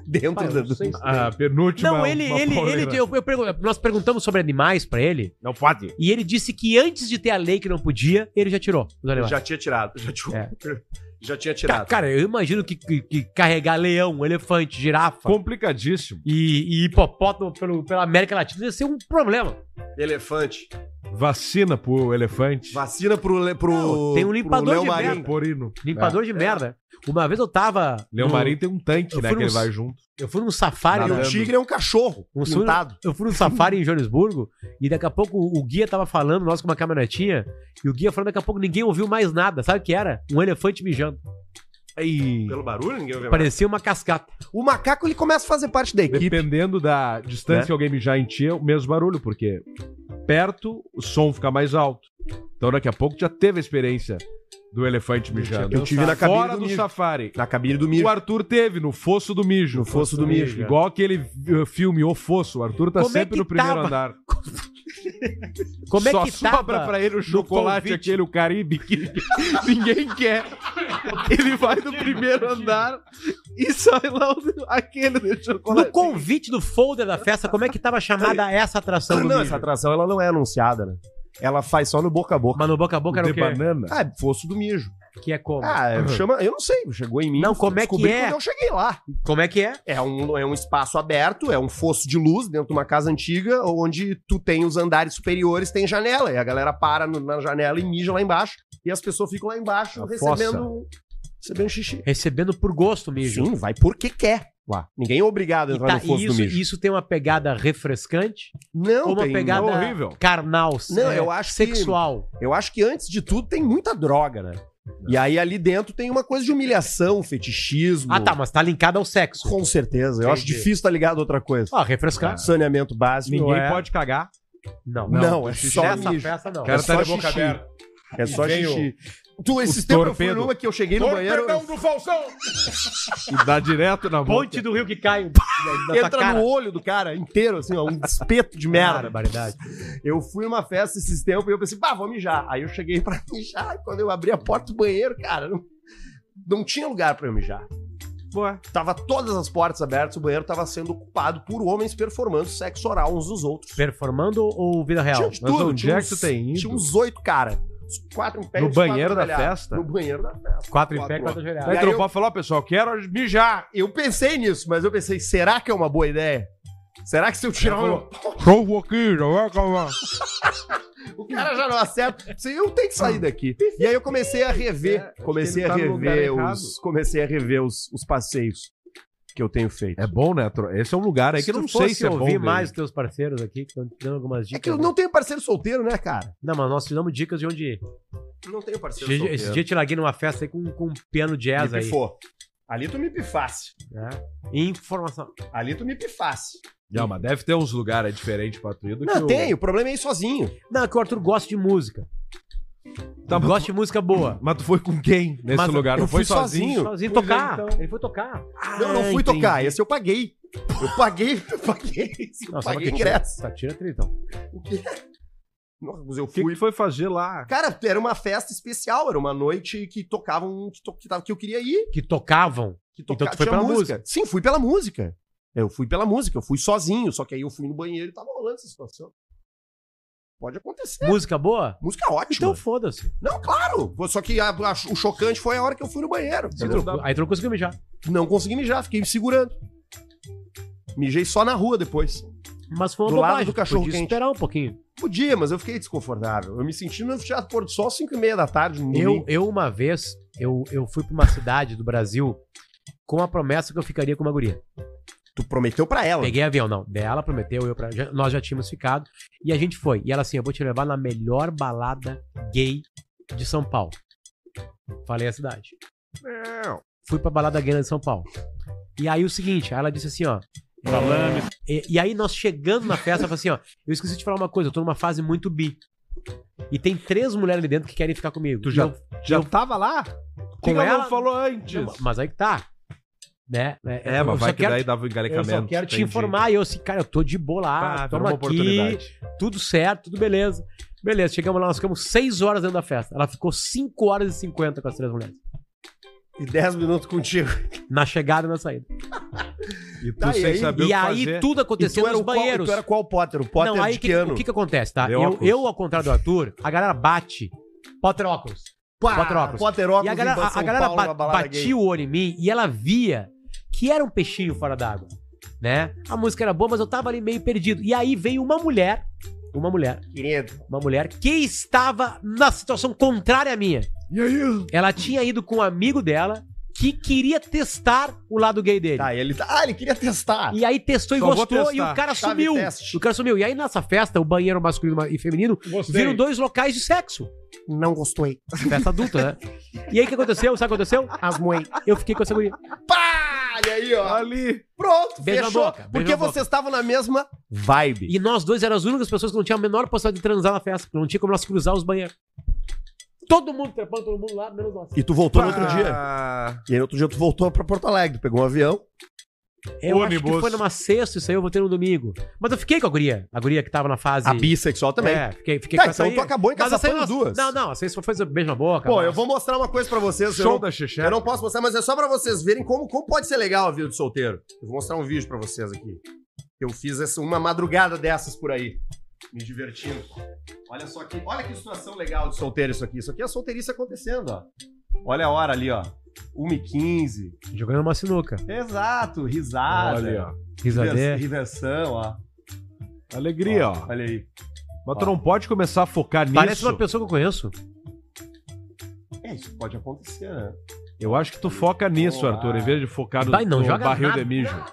A: dentro
C: Pai, eu
A: da-
C: não sei
B: tem.
C: se-
B: A penúltima.
C: Não, ele,
B: uma
C: ele,
B: polêmica.
C: ele, eu, eu pergun- nós perguntamos sobre animais pra ele
B: Não pode.
C: e ele disse que antes de ter a lei que não podia, ele já tirou os
A: Eu
C: animais.
A: Já tinha tirado. Já tinha,
C: É.
A: já tinha
C: Ca-
A: tirado.
C: cara, eu imagino que, que- que carregar leão, elefante, girafa
B: Complicadíssimo.
C: e, e hipopótamo pelo, pela América Latina ia ser um problema.
A: Elefante.
B: Vacina pro elefante.
A: Vacina pro, le- pro,
C: Não, tem um limpador
A: pro leão
C: de
A: marinho.
C: merda.
B: Porino.
C: Limpador de merda. Uma vez eu tava.
B: Leão
C: no-
B: Marinho tem um tanque,
C: Eu
B: né?
C: fui
B: Que
C: num-
B: ele vai junto.
C: Eu fui num safari.
A: E
B: Nada.
C: eu-
A: o tigre é um cachorro
C: Um sur-
A: pintado.
C: Eu fui num safari em Joanesburgo e daqui a pouco o guia tava falando, nós com uma caminhonetinha, e o guia falando, daqui a pouco ninguém ouviu mais nada. Sabe o que era? Um elefante mijando.
B: Aí,
A: barulho, ninguém vai ver.
C: Parecia uma cascata.
A: O macaco ele começa a fazer parte da equipe.
B: dependendo da distância
A: Né?
B: que alguém mijar em ti, é o mesmo barulho, porque perto o som fica mais alto. Então daqui a pouco já teve a experiência do elefante mijando.
A: Eu tive na cabine
B: Fora
A: do
B: do,
A: mijo.
B: safari.
A: Na cabine do
B: O
A: Mir.
B: Arthur teve no Fosso do Mijo. No
A: Fosso do Mijo, é.
B: Igual aquele eh, filme O Fosso. O Arthur tá
C: Como é
B: sempre
C: que
B: no primeiro
C: tava?
B: andar.
C: Como é
B: Só
C: que
B: sobra
C: tava?
B: pra ele o chocolate
C: convite.
B: aquele, o Caribe, que ninguém quer. Ele vai no primeiro andar e sai lá o- aquele de
C: No
B: chocolate.
C: convite do folder da festa, como é que tava chamada essa atração do
A: Não,
C: mijo?
A: essa atração ela não é anunciada, né? Ela faz só no boca a boca.
C: Mas no boca a boca era
B: de
C: o quê?
B: banana.
A: Ah, é fosso do mijo.
C: Que é como?
A: Ah, é, chama. Eu não sei, chegou em mim.
C: Não, como é que
A: descobri
C: é?
A: quando eu cheguei lá.
C: Como é que é?
A: É um, é um espaço aberto, é um fosso de luz dentro de uma casa antiga, onde tu tem os andares superiores, tem janela. E a galera para no- na janela e mija lá embaixo. E as pessoas ficam lá embaixo
B: A
A: recebendo, recebendo xixi.
C: Recebendo por gosto o mijo.
A: Sim, vai porque quer. Lá. Ninguém é obrigado a
C: E
A: entrar
C: tá-
A: no fosso
C: isso,
A: do mijo.
C: isso tem uma pegada refrescante
A: Não,
C: ou uma
A: tem-
C: pegada
A: não,
B: horrível.
C: carnal,
A: Não,
C: é,
A: eu acho que-
C: sexual.
A: Eu acho que antes de tudo tem muita droga, né? E aí ali dentro tem uma coisa de humilhação, fetichismo.
C: Ah, tá, mas tá linkado ao sexo.
A: Com certeza. Eu acho
C: Entendi.
A: difícil tá ligado a outra coisa.
C: Ah, refrescante?
A: Saneamento básico.
B: Ninguém
A: é.
B: pode cagar.
C: Não,
A: Não,
C: não.
A: é
B: xixi.
A: só
C: Nessa
A: mijo.
C: festa, não.
B: O cara
A: É
B: tá
A: só
B: de boca
A: xixi.
B: aberta.
A: É só
B: Vem o-
A: xixi. Tu, esse
B: os
A: tempo eu
B: torpedo. é um
A: fui numa que eu cheguei no banheiro.
B: do Falsão! E dá direto na
C: Ponte
B: boca.
C: do Rio que cai.
A: Entra no olho do cara inteiro, assim, ó, um espeto de merda.
C: Barbaridade.
A: Eu fui numa festa esses tempos e eu pensei, pá, vou mijar. Aí eu cheguei pra mijar, e quando eu abri a porta do banheiro, cara, não, não tinha lugar pra eu mijar.
B: Ué.
A: Tava todas as portas abertas, o banheiro tava sendo ocupado por homens performando sexo oral uns dos outros.
C: Performando ou vida
A: Tinha
C: real?
A: de
B: mas onde
A: tinha
B: é que tu tem ido?
A: Tinha uns oito, cara. Uns Quatro em pé,
B: No
A: uns quatro
B: banheiro da
A: ajoelhados.
B: festa?
A: No banheiro da festa.
C: Quatro em pé,
A: Quatro.
C: quatro ajoelhados.
A: E
B: Aí tu
A: aí
B: não
A: eu-
B: pode falar, ó, pessoal, quero mijar.
A: Eu pensei nisso, mas eu pensei, será que é uma boa ideia? Será que se eu tirar o meu...
B: Show aqui, um não é, vai acabar.
A: O cara já não acerta. Assim, Eu tenho que sair daqui. E aí eu comecei a rever.
B: É,
A: Comecei
B: ele
A: a
B: tá no lugar
A: rever
B: errado.
A: os. Comecei a rever os, os passeios que eu tenho feito.
B: É bom, né? Tro? Esse é um lugar aí que eu não sei se é bom.
C: ouvir
B: dele.
C: mais os teus parceiros aqui, que estão te dando algumas
A: É
C: dicas.
A: que eu não tenho parceiro solteiro, né, cara?
C: Não, mas nós te damos dicas de onde ir.
A: Não tenho
C: Esse
A: parceiro
C: dia, esse dia eu te larguei numa festa aí com, com um piano
B: é
C: jazz
A: me
C: aí.
A: pifou. Ali tu me pifasse.
C: né? Informação.
A: Ali tu me pifasse.
B: Não, mas deve ter uns lugares diferentes pra tu ir do que
A: Não,
B: o-
A: tem. O problema é ir sozinho.
C: Não, é que o Arthur gosta de música.
B: Tá, mas
C: gosta de música boa.
B: Mas tu foi com quem nesse
C: Mas
B: lugar?
A: eu
B: Não
A: fui
B: foi
A: sozinho.
B: sozinho?
C: Sozinho
B: Pois é,
C: tocar.
B: então.
C: Ele foi tocar.
A: não, eu não
B: Ah,
A: fui
B: entendi.
A: tocar. Esse eu paguei. Eu paguei, eu paguei. Eu
C: Não, só um
A: paguei
B: é?
C: pouquinho.
A: ingresso.
C: Satira tritão.
A: O quê? Nossa, mas eu
B: O que,
A: fui.
B: que foi fazer lá?
A: Cara, era uma festa especial, era uma noite que tocava um que, to- que, tava- que eu queria ir.
C: Que tocavam.
A: Que
C: Então
A: toca-
C: tu foi
A: tinha
C: pela
A: Sim, fui pela música. Eu fui pela música, eu fui sozinho, só que aí eu fui no banheiro e tava rolando essa situação. Pode acontecer.
C: Música boa?
A: Música ótima.
C: Então foda-se.
A: Não, claro. Só que a- a- o chocante foi a hora que eu fui no banheiro.
C: Aí
A: entendeu?
C: tu não- Aí tu não conseguiu mijar.
A: Não consegui mijar, fiquei me segurando. Mijei só na rua depois.
C: Mas foi uma
A: Do lado
C: bobagem.
A: do cachorro
C: Podia
A: quente.
C: esperar um pouquinho.
A: Podia, mas eu fiquei desconfortável. Eu me senti no teatro pôr do sol às 5 e meia da tarde. No
C: Eu,
A: domingo.
C: eu uma vez, eu, eu fui pra uma cidade do Brasil com a promessa que eu ficaria com uma guria.
A: Tu prometeu pra ela.
C: Peguei avião, não. Dela prometeu, eu pra... já- nós já tínhamos ficado. E a gente foi. E ela assim, eu vou te levar na melhor balada gay de São Paulo. Falei a cidade.
B: Não.
C: Fui pra balada gay lá de São Paulo. E aí o seguinte, aí ela disse assim, ó. é,
D: Salame.
C: E, e aí nós chegando na festa, ela falou assim, ó. Eu esqueci de falar uma coisa, eu tô numa fase muito bi. E tem três mulheres ali dentro que querem ficar comigo.
B: Tu
C: E
B: já-
C: eu-
B: Já
C: Eu-
B: tava lá?
C: Com
B: que ela
C: ela-
B: não falou antes?
C: não, mas aí que tá. Né?
B: É,
C: eu
B: mas
C: só
B: vai que
C: quero-
B: daí dava um
C: Eu
B: engarecamento.
C: só quero te
B: entendi.
C: informar. E eu assim, cara, eu tô de boa lá.
B: Ah, virou
C: toma
B: uma
C: aqui.
B: oportunidade.
C: tudo certo, tudo beleza. Beleza, chegamos lá, nós ficamos 6 horas dentro da festa. Ela ficou 5 horas e 50 com as três mulheres.
A: E 10 minutos contigo.
C: Na chegada e na saída.
B: E tu
A: Tá, e
B: sem
A: aí-
B: saber
C: e
B: o que
C: aí
B: fazer.
C: tudo aconteceu nos
A: o qual, e
C: banheiros.
A: tu era qual Potter? O Potter
C: Não, aí
A: de
C: que,
A: que,
C: o
A: ano?
C: que que acontece, tá?
B: De
C: Eu,
B: óculos.
C: eu, ao contrário do Arthur, a galera bate. Potter é óculos.
A: Pá,
C: Potter óculos.
A: Potter óculos
C: e a galera,
A: em
C: a- a
A: São
C: galera
A: Paulo,
C: ba-
A: na balada
C: batia
A: gay.
C: o olho em mim e ela via que era um peixinho fora d'água, né? A música era boa, mas eu tava ali meio perdido. E aí veio uma mulher, uma mulher,
A: Querido.
C: uma mulher que estava na situação contrária à minha.
B: E aí?
C: Ela tinha ido com um amigo dela que queria testar o lado gay dele.
A: Tá, ele tá... Ah, ele queria testar.
C: E aí testou e
B: Só vou
C: gostou
B: testar.
C: e o cara
A: Chave
C: sumiu.
A: teste.
C: O cara sumiu. E aí nessa festa, o banheiro masculino e feminino viram dois locais de sexo.
A: Não gostei.
C: Festa adulta, né? E aí o que aconteceu? Sabe o que aconteceu? Asmoei. Eu fiquei com essa guria.
A: Pá! E aí, ó.
B: Ali.
A: Pronto,
C: Beijo na
A: fechou.
C: boca, beijo
A: porque
C: na boca.
A: vocês estavam na mesma vibe.
C: E nós dois éramos as únicas pessoas que não tinham a menor possibilidade de transar na festa. porque Não tinha como nós cruzar os banheiros. Todo mundo trepando, todo mundo lá, menos nós.
A: E, tu voltou no
B: Pá.
A: outro dia. E aí, no outro dia tu voltou pra Porto Alegre. Tu Pegou um avião.
C: Eu acho
B: ônibus.
C: que foi numa sexta, isso aí eu voltei no domingo. Mas eu fiquei com a guria. A guria que tava na fase...
A: A bissexual também.
C: É, fiquei, fiquei
A: Tá,
C: com essa
A: então
C: aí.
A: tu acabou
C: Mas essa aí
A: encaçapando
C: nós-
A: duas.
C: Não, não, essa aí só foi beijo na boca.
A: Pô,
C: mas-
A: eu vou mostrar uma coisa pra vocês. Eu
B: Show
A: não,
B: da
A: eu
B: Xexé.
A: não posso mostrar, mas é só pra vocês verem como, como pode ser legal a vida de solteiro. Eu vou mostrar um vídeo pra vocês aqui. Eu fiz essa, uma madrugada dessas por aí. Me divertindo. Olha só que. Olha que situação legal de solteiro isso aqui. Isso aqui é a solteirice acontecendo, ó. Olha a hora ali, ó. 1h15.
C: Jogando uma sinuca.
A: Exato, risada.
B: Ah, Olha, ó.
A: River-
C: Risadê.
A: Diversão, ó.
B: Alegria, ó.
A: Olha aí.
B: Mas tu não pode começar a focar nisso.
C: Parece uma pessoa que eu conheço.
A: É, isso pode acontecer, né?
B: Eu acho que tu foca nisso,
A: Olá.
B: Arthur, em vez de focar no,
C: Vai, não
B: no
C: joga
B: barril
C: nada.
B: de mijo.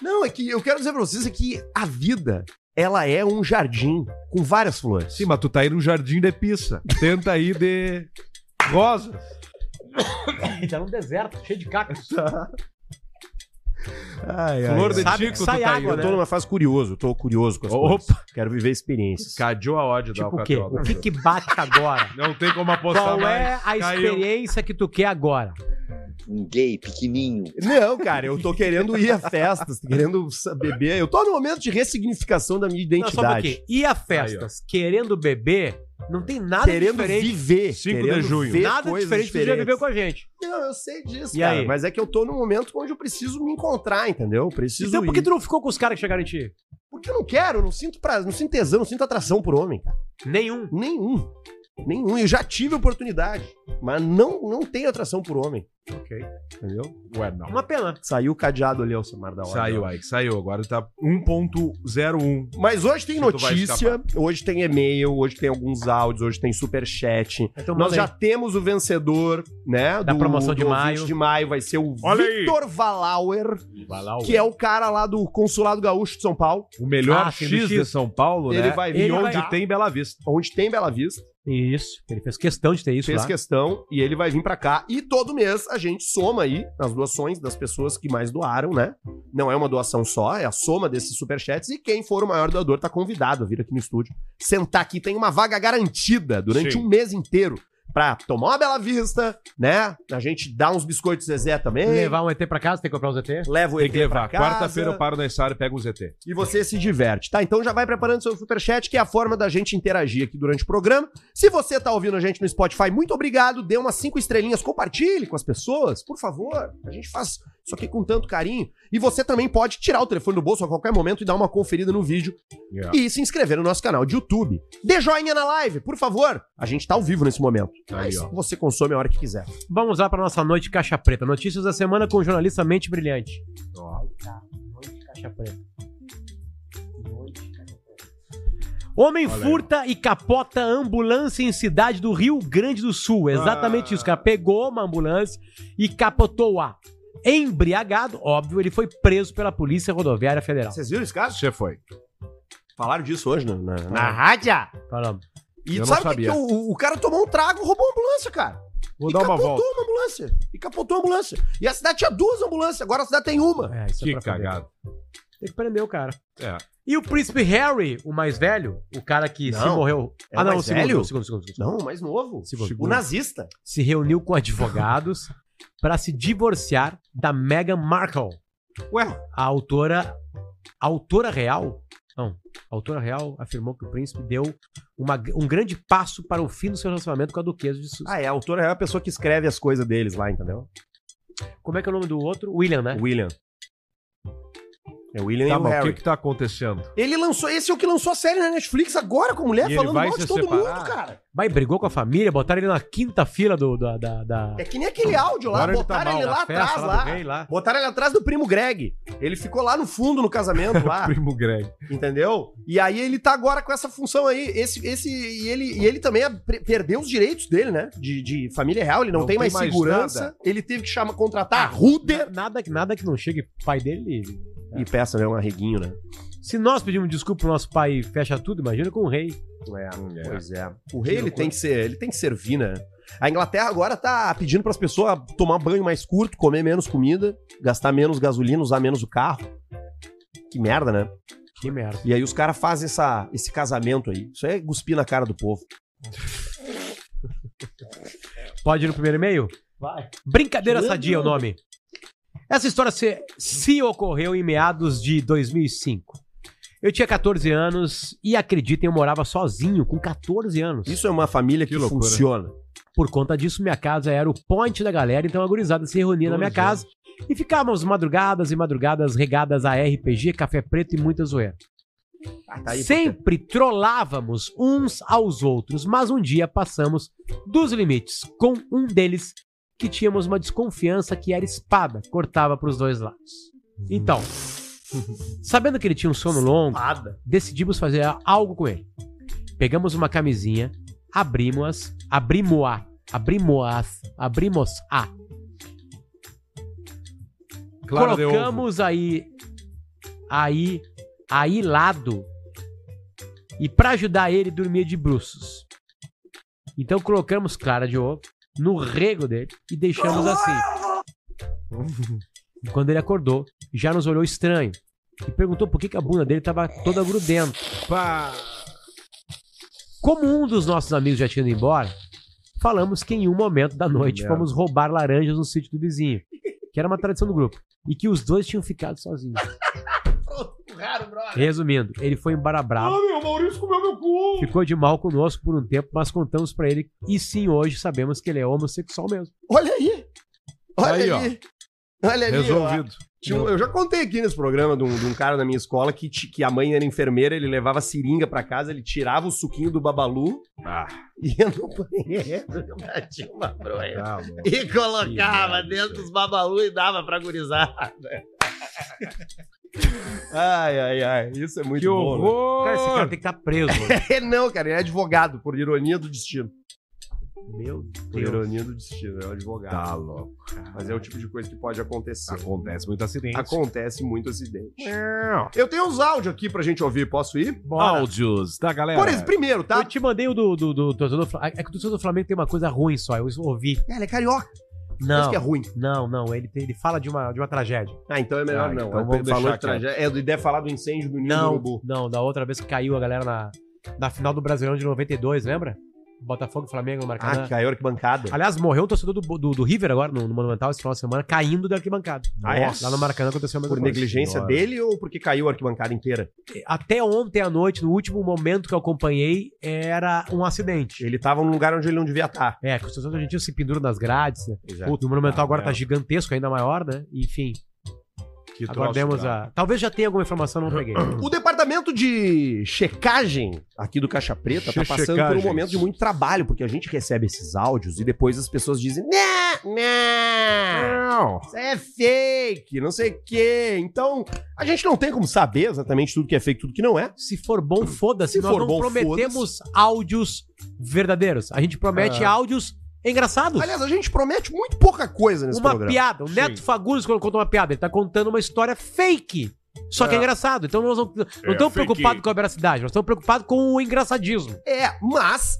A: Não, é que eu quero dizer pra vocês é que a vida, ela é um jardim com várias flores.
B: Sim, mas tu tá aí num jardim de pizza. Tenta aí de rosas.
C: Tá num deserto, cheio de cactos.
A: Ai,
B: Flor de
C: Sabe que
B: tico, tu
C: sai
B: tá aí.
C: água,
A: Eu
B: né?
A: tô numa fase curioso, tô curioso com as
B: Opa.
A: coisas. Quero viver experiências.
B: Cadiu a ódio da né?
C: Tipo o quê?
B: Alcatel.
C: O que que bate agora?
B: Não tem como apostar
C: Qual
B: mais.
C: é a
B: Caiu.
C: experiência que tu quer agora?
F: um gay pequenininho.
A: Não, cara, eu tô querendo ir a festas, tô querendo sa- beber. Eu tô no momento de ressignificação da minha
C: Não, só um
A: identidade.
C: pouquinho. E a festas? querendo beber, não tem nada
A: querendo
C: diferente.
A: viver.
B: 5 de
A: querendo
B: junho.
A: ver
C: Nada
A: coisas
C: diferente do que tu já
A: diferentes.
C: viveu com a gente.
A: Não, eu sei disso,
C: E
A: cara.
C: aí?
A: Mas é que eu tô num momento onde eu preciso me encontrar, entendeu? Eu Preciso
C: Então por que
A: ir.
C: tu não ficou com os caras que chegaram em ti?
A: Porque eu não quero, eu não sinto prazer, não sinto tesão, não sinto atração por homem, cara.
C: Nenhum.
A: Nenhum. Nenhum. Eu já tive oportunidade, mas não, não tenho atração por homem,
C: Ok.
A: entendeu?
B: Ué, não.
C: Uma pena.
A: Saiu o cadeado ali, Alcimar, da hora.
B: Saiu, Ike, saiu. Agora tá 1.01.
A: Mas hoje tem
B: Se tu vai
A: notícia, hoje tem e-mail, hoje tem alguns áudios, hoje tem superchat.
C: Então,
A: Nós
C: manda
A: já
C: aí.
A: temos o vencedor, né?
C: Da promoção de
A: ouvinte
C: maio.
A: de maio vai ser o
B: Olha aí.
A: Victor Valauer,
C: Vai lá,
A: que é o cara lá do Consulado Gaúcho de São Paulo,
B: O melhor
C: Ah, sim,
B: X,
C: do X.
B: de São Paulo,
A: Ele
B: né?
A: vai
B: e
C: vir,
B: onde
C: vai-
B: tem Bela Vista.
A: onde tem Bela Vista.
C: Isso. Ele fez questão de ter isso
A: fez
C: lá.
A: questão e ele vai vir pra cá. E todo mês a gente soma aí as doações das pessoas que mais doaram, né? Não é uma doação só, é a soma desses superchats. E quem for o maior doador tá convidado a vir aqui no estúdio. Sentar aqui tem uma vaga garantida durante
B: Sim.
A: um mês inteiro. pra tomar uma bela vista, né? A gente dá uns biscoitos Zezé também.
C: Levar um ET pra casa, tem que comprar um ET?
A: Leva o
B: Tem
A: ET
B: que
A: pra
B: levar.
A: casa.
B: Quarta-feira eu paro na estrada e pego um ZT.
A: e você se diverte, tá? Então já vai preparando seu superchat, que é a forma da gente interagir aqui durante o programa. Se você tá ouvindo a gente no Spotify, muito obrigado, dê umas cinco estrelinhas, compartilhe com as pessoas, por favor. A gente faz isso aqui com tanto carinho. E você também pode tirar o telefone do bolso a qualquer momento e dar uma conferida no vídeo
B: Yeah.
A: e se inscrever no nosso canal de YouTube. Dê joinha na live, por favor. A gente tá ao vivo nesse momento. Mas
B: ó.
A: você consome a hora que quiser.
C: Vamos lá pra nossa noite caixa preta. Notícias da semana com o jornalista Mente Brilhante. Noite caixa preta. Homem
B: Olha aí.
C: furta e capota ambulância em cidade do Rio Grande do Sul. Exatamente
B: Ah.
C: isso, cara. Pegou uma ambulância e capotou-a. Embriagado, óbvio, ele foi preso pela Polícia Rodoviária Federal.
A: Vocês viram esse caso?
B: Você foi.
A: Falaram disso hoje na, na, na rádio.
C: Caramba.
A: E
B: Eu não
A: sabe o que,
B: sabia.
A: que o, o cara tomou um trago, roubou a ambulância, cara.
B: Vou
A: e
B: dar uma
A: capotou
B: volta.
A: uma ambulância. E capotou a ambulância. E a cidade tinha duas ambulâncias, agora a cidade tem uma.
C: É, isso é
B: Que
C: pra fuder.
B: cagado.
C: Tem que prender o cara.
B: É.
C: E o príncipe Harry, o mais velho, o cara que se
A: Não.
C: morreu. Ah,
A: É o mais
C: o segundo,
A: velho?
C: o segundo, o segundo, o segundo.
A: Não, o mais novo.
C: Segundo.
A: O nazista.
C: se reuniu com advogados para se divorciar da Meghan Markle,
A: Ué,
C: a autora a autora real. Não, a autora real afirmou que o príncipe deu uma- um grande passo para o fim do seu relacionamento com a duquesa de Sussex.
A: ah, é, a autora é a pessoa que escreve as coisas deles lá, entendeu?
C: Como é que é o nome do outro? William, né?
A: William. É o William
B: Tá,
A: e o
B: mas o
A: Harry.
B: que que tá acontecendo?
A: Ele lançou, esse é o que lançou a série na Netflix agora com a mulher
B: E ele
A: falando
B: vai
A: mal de
B: se
A: todo
B: separar?
A: mundo, cara.
C: Mas brigou com a família, botaram ele na quinta fila do, da, da, da-
A: É que nem aquele áudio lá,
B: Agora ele tá
A: botaram
B: mal
A: ele,
C: da
A: lá
C: festa
A: atrás
C: lá
A: lá.
C: do rei lá.
A: Botaram ele atrás do primo Greg. Ele ficou lá no fundo no casamento lá.
B: Primo Greg.
A: Entendeu? E aí ele tá agora com essa função aí. Esse, esse, e, ele, e ele também é pre- perdeu os direitos dele, né? De, de família real, ele não,
B: Não
A: tem,
B: tem
A: mais,
B: mais
A: segurança.
B: nada.
A: Ele teve que chama, contratar a Ruder.
C: Na- Nada, que- nada que não chegue pai dele. ele-
A: E peça, né? Um arreguinho, né?
C: Se nós pedimos desculpa pro nosso pai e fecha tudo, imagina com o rei.
A: É,
B: É.
A: Pois é. O rei, ele
C: loucura.
A: tem, que ser, ele tem que servir, né? A Inglaterra agora tá pedindo pras pessoas tomar banho mais curto, comer menos comida, gastar menos gasolina, usar menos o carro. Que merda, né?
C: Que merda.
A: E aí os caras fazem essa, esse casamento aí. Isso é cuspir na cara do povo.
C: Pode ir no primeiro e-mail? Vai. Brincadeira sadia é o nome. Essa história se, se ocorreu em meados de 2005. Eu tinha 14 anos e, acreditem, eu morava sozinho com 14 anos.
A: Isso é uma família que,
B: Que loucura.
A: funciona.
C: Por conta disso, minha casa era o point da galera, então a gurizada se reunia na minha
B: Pois é.
C: casa e ficávamos madrugadas e madrugadas regadas a RPG, café preto e muita zoeira.
A: Ah, tá aí,
C: Sempre trollávamos uns aos outros, mas um dia passamos dos limites com um deles que tínhamos uma desconfiança que era espada, cortava para os dois lados. Então, sabendo que ele tinha um sono longo,
A: Nada.
C: decidimos fazer algo com ele. Pegamos uma camisinha, abrimos, abrimoa, abrimoas, abrimos a.
B: Claro, deu.
C: Colocamos aí, aí, aí lado. E pra ajudar ele, dormia de bruços. Então colocamos clara de ovo no rego dele e deixamos assim. E Quando ele acordou, já nos olhou estranho e perguntou por que, que a bunda dele tava toda grudenta.
B: Pá.
C: Como um dos nossos amigos já tinha ido embora, falamos que em um momento da noite
B: Merda.
C: fomos roubar laranjas no sítio do vizinho, que era uma tradição do grupo, e que os dois tinham ficado sozinhos. Resumindo, ele foi embora bravo. Ficou de mal conosco por um tempo, mas contamos pra ele e sim, hoje sabemos que ele é homossexual mesmo.
A: Olha aí. Olha
B: Aí,
A: aí.
B: ó.
A: Olha ali. ó.
B: Resolvido.
A: Tinha um- Eu já contei aqui nesse programa de um, de um cara da minha escola que, ti- que a mãe era enfermeira, ele levava seringa pra casa, ele tirava o suquinho do babalu,
B: Ah,
A: ia no banheiro, batia uma bronha.
B: tá bom.
A: E colocava
B: Que merda,
A: dentro dos babalu e dava pra gurizada. ai, ai, ai. Isso é muito
B: Que
A: bom. né?
B: horror!
C: Cara, esse cara tem que estar preso.
A: Ele não, cara, ele é advogado, por ironia do destino.
C: Meu
A: Por
C: Deus.
A: ironia do destino, é um advogado.
B: Tá louco.
A: Mas é o tipo de coisa que pode acontecer.
B: Acontece muito acidente.
A: Tá Acontece muito acidente. Eu tenho uns áudios aqui pra gente ouvir, posso ir?
B: Ah,
C: Bora.
B: Áudios da galera.
A: Por exemplo, primeiro,
C: Eu
A: tá?
C: te mandei o do, do, do, torcedor do Flamengo. É que o torcedor do Flamengo tem uma coisa ruim só, eu ouvi.
A: É, ele é carioca, por isso
C: Não,
A: que é ruim.
C: não, não. Ele, tem- ele fala de uma, de uma tragédia.
A: Ah, então é melhor
B: Ah,
A: não.
B: então
A: Ele
B: vamos
A: falou
B: deixar
A: de tragédia. É, ele deve falar do incêndio do Ninho do
C: Não,
A: Urubu.
C: não, da outra vez que caiu a galera na, na final do Brasileirão de 92, lembra? Botafogo e Flamengo no Maracanã.
A: Ah, caiu arquibancada.
C: Aliás, morreu um torcedor do, do, do River agora, no, no Monumental, esse final de semana, caindo da arquibancada.
A: Ah, é?
C: Lá no Maracanã aconteceu a mesma
A: Por
C: coisa.
A: negligência
B: senhora.
A: dele ou porque caiu a arquibancada inteira?
C: Até ontem à noite, no último momento que eu acompanhei, era um acidente.
A: Ele tava num lugar onde ele não devia tá. estar.
C: É, que os torcedores argentinos se penduram nas grades, né?
A: Exato.
C: Puta, o Monumental agora tá
B: merda.
C: gigantesco, ainda maior, né? Enfim,
B: Que troço,
C: aguardemos
B: cara.
C: a... Talvez já tenha alguma informação, não peguei.
A: O departamento de checagem aqui do Caixa Preta tá passando por
B: Checagens.
A: um momento de muito trabalho, porque a gente recebe esses áudios e depois as pessoas dizem: "Né, Não, não,
B: Não.
A: isso é fake, não sei o quê. Então, a gente não tem como saber exatamente tudo que é fake, tudo que não é.
C: Se for bom, foda-se.
A: Se
C: Nós
A: for
C: não
A: bom,
C: prometemos áudios verdadeiros. A gente promete
B: É.
C: áudios engraçados.
A: Aliás, a gente promete muito pouca coisa nesse
C: uma
A: programa.
C: piada. O Neto Fagundes, quando conta uma piada, ele tá contando uma história fake. Só que
B: É.
C: é, engraçado. Então nós não
B: É, fake.
C: estamos preocupados com a veracidade, nós estamos preocupados com o engraçadismo.
A: É, mas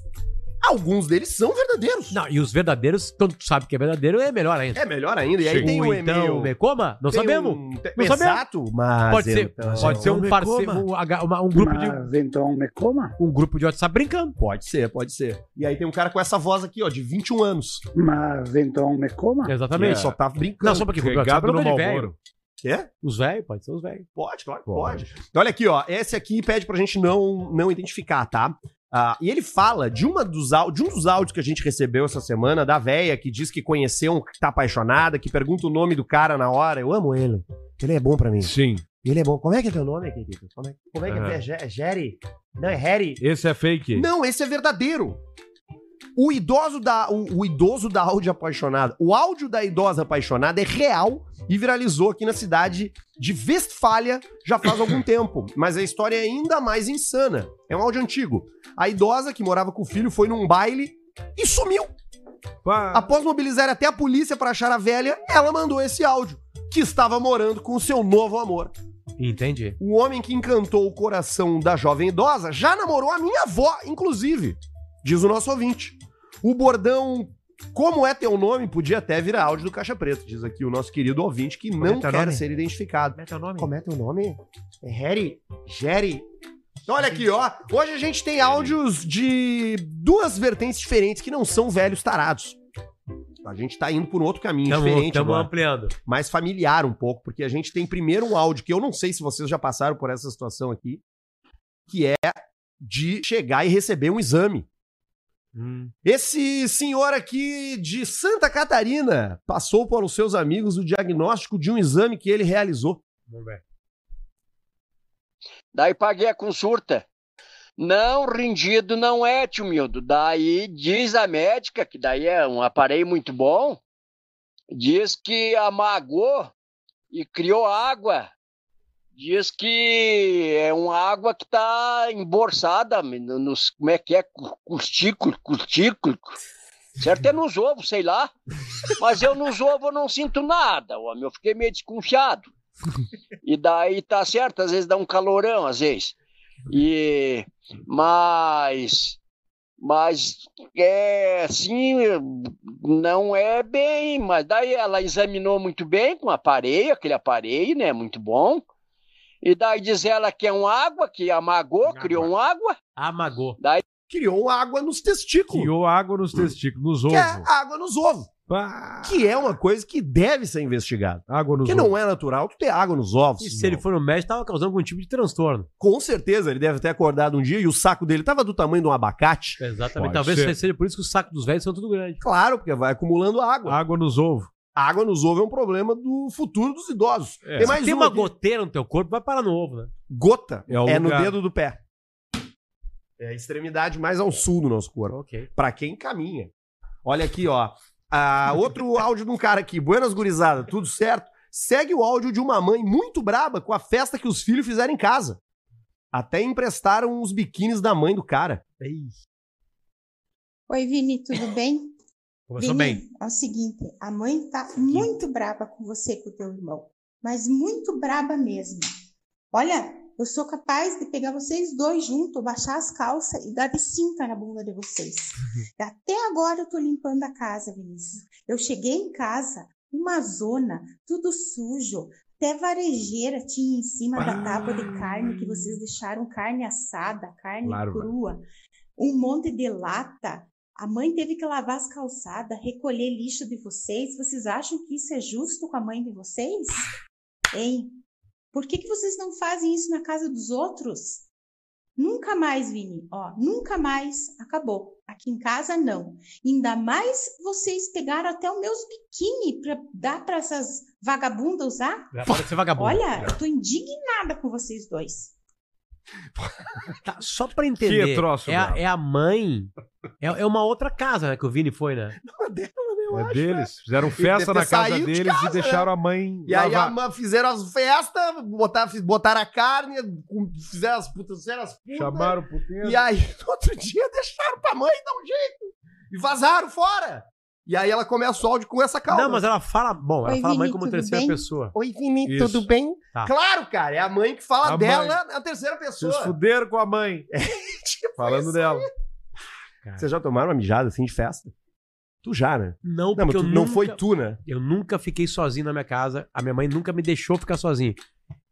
A: alguns deles são verdadeiros.
C: Não, e os verdadeiros, quando tu sabe que é verdadeiro, é melhor ainda.
A: É melhor ainda. E aí
B: Sim.
A: tem
C: Ou
A: o
C: então,
A: e-mail.
C: né, coma? Não
A: Tem
C: sabemos.
A: um- te-
C: Não sabemos.
A: Exato, mas.
C: Pode ser,
A: então-
C: pode ser
B: não
C: um
B: me
C: parceiro,
B: coma.
C: um, H- uma- um grupo
A: Ah.
C: de
E: Mas então me coma.
C: um grupo de WhatsApp brincando.
A: Pode ser, pode ser. E aí tem um cara com essa voz aqui, ó, de 21 anos.
E: Mas então me coma.
A: Também
C: Exatamente.
A: só tá brincando.
C: Não, só porque
B: Regado no
C: de
B: Malboro.
A: Quê?
C: Os velhos, pode ser os velhos.
A: Pode, claro, que
B: Pode.
A: pode. Então, olha aqui, ó. Esse aqui pede pra gente não, não identificar, tá? Ah, e ele fala de, uma dos áudios, de um dos áudios que a gente recebeu essa semana, da véia que diz que conheceu um que tá apaixonada, que pergunta o nome do cara na hora. Eu amo ele. Ele é bom pra mim.
B: Sim.
A: Ele é bom. Como é que é teu nome, querido? Como é, como é que
B: Ah.
A: é? Ge- é Jerry? Não, é Harry?
B: Esse é fake.
A: Não, esse é verdadeiro. O idoso da o, o idoso da áudio apaixonada, o áudio da idosa apaixonada é real e viralizou aqui na cidade de Westfália já faz algum tempo, mas a história é ainda mais insana. É um áudio antigo. A idosa que morava com o filho foi num baile e sumiu.
B: Pá.
A: Após mobilizar até a polícia para achar a velha, ela mandou esse áudio que estava morando com o seu novo amor.
C: Entendi.
A: O homem que encantou o coração da jovem idosa já namorou a minha avó, inclusive, diz o nosso ouvinte. O bordão Como é teu nome podia até virar áudio do Caixa Preto, diz aqui o nosso querido ouvinte que
C: é
A: não
C: teu
A: quer
C: nome?
A: ser identificado.
C: Como é teu nome?
A: Como é teu nome? É Harry? Jerry? Então, Olha aqui, ó. Hoje a gente tem áudios de duas vertentes diferentes que não são velhos tarados. A gente tá indo por um outro caminho diferente
C: Estamos
A: agora
C: ampliando.
A: mais familiar um pouco, porque a gente tem primeiro um áudio que eu não sei se vocês já passaram por essa situação aqui, que é de chegar e receber um exame.
C: Hum,
A: Esse senhor aqui de Santa Catarina passou para os seus amigos o diagnóstico de um exame que ele realizou.
C: Vamos ver.
F: Daí paguei a consulta. Não, rendido não é, tio Mildo. Daí diz a médica, que daí é um aparelho muito bom, diz que amagou e criou água. Diz que é uma água que está embolsada no- nos. Como é que é? Cu- Custículo, custículo. Certo é nos ovos, sei lá. Mas eu nos ovos eu não sinto nada, homem. Eu fiquei meio desconfiado. E daí tá certo, às vezes dá um calorão, às vezes. E mas mas é sim, não é bem, mas daí ela examinou muito bem com aparelho, aquele aparelho, né, muito bom. E daí diz ela que é um água, que amagou, criou um água.
C: Amagou.
A: Criou água nos testículos.
B: Criou água nos testículos, nos
A: Que
B: ovos.
A: é água nos ovos.
B: Pá.
A: Que é uma coisa que deve ser investigada.
B: Água nos
A: Porque
B: ovos.
A: não é natural tu ter água nos ovos.
C: E se ele for no médico, tava causando algum tipo de transtorno.
A: Com certeza ele deve ter acordado um dia e o saco dele tava do tamanho de um abacate.
C: Exatamente.
B: Pode
C: Talvez
B: ser.
C: seja por isso que os sacos dos velhos são tudo grande.
A: Claro, porque vai acumulando água.
B: Água nos ovos.
A: A água nos ovos é um problema do futuro dos idosos.
B: É.
A: Tem mais
C: Tem
G: um
A: uma,
C: uma
A: aqui.
C: goteira no teu corpo, vai parar no ovo, né?
A: gota.
B: É o
A: É no
B: lugar.
A: dedo do pé. É a extremidade mais ao sul do nosso corpo.
C: Ok.
A: Pra quem caminha. Olha aqui, ó. Ah, outro áudio de um cara aqui. Buenas gurizada, tudo certo? Segue o áudio de uma mãe muito braba com a festa que os filhos fizeram em casa. Até emprestaram os biquínis da mãe do cara.
G: Oi, Vini, tudo bem?
C: Começou
G: Vini,
C: bem.
G: é o seguinte, a mãe tá muito braba com você e com o teu irmão, mas muito braba mesmo. Olha, eu sou capaz de pegar vocês dois juntos, baixar as calças e dar de cinta na bunda de vocês. E Até agora eu tô limpando a casa, Vinícius. Eu cheguei em casa, uma zona, tudo sujo, até varejeira tinha em cima da tábua de carne que vocês deixaram carne assada, carne
B: Larva.
G: crua. um monte de lata. A mãe teve que lavar as calçadas, recolher lixo de vocês. Vocês acham que isso é justo com a mãe de vocês? Hein? Por que, que vocês não fazem isso na casa dos outros? Nunca mais, Vini. Ó, nunca mais. Acabou. Aqui em casa, não. Ainda mais vocês pegaram até os meus biquíni para dar para essas vagabundas usar.
C: Para de ser é vagabundo.
G: Olha, eu tô indignada com vocês dois.
C: Tá, só pra entender.
B: Que troço
C: é, a-
B: brabo.
C: é a mãe. É, é uma outra casa, né? Que o Vini foi, né?
A: Não, dela, né, eu
B: É
A: acho, né?
B: deles. Fizeram
A: Ele
B: festa
A: deve
B: na
A: ter
B: casa
A: saído de
B: deles
A: casa, né?
B: e deixaram a mãe
A: E aí a
B: lavar.
A: mãe fizeram as festas, botaram, botaram a carne, com- fizeram as putas, fizeram as putas.
B: Chamaram o puteiro.
A: E aí, no outro dia, deixaram pra mãe dar um jeito. E vazaram fora. E aí ela começa o áudio com essa calma.
C: Não, mas ela fala. Bom, ela
G: Oi,
C: fala mãe
G: Vini,
C: como
G: tudo
C: terceira
G: bem?
C: pessoa.
A: Oi, Vini,
B: Isso.
A: tudo bem?
C: Tá.
A: Claro, cara, é a mãe que fala
B: A
A: dela na terceira
B: Vocês
A: pessoa.
B: fuderam com a mãe.
A: Tipo
B: Falando
A: isso.
B: dela.
A: Vocês já tomaram uma mijada assim de festa? Tu já, né?
C: Não,
A: Não, mas
C: porque
A: tu,
C: eu
A: não
C: nunca-
A: foi tu, né?
C: Eu nunca fiquei sozinho na minha casa. A minha mãe nunca me deixou ficar sozinho.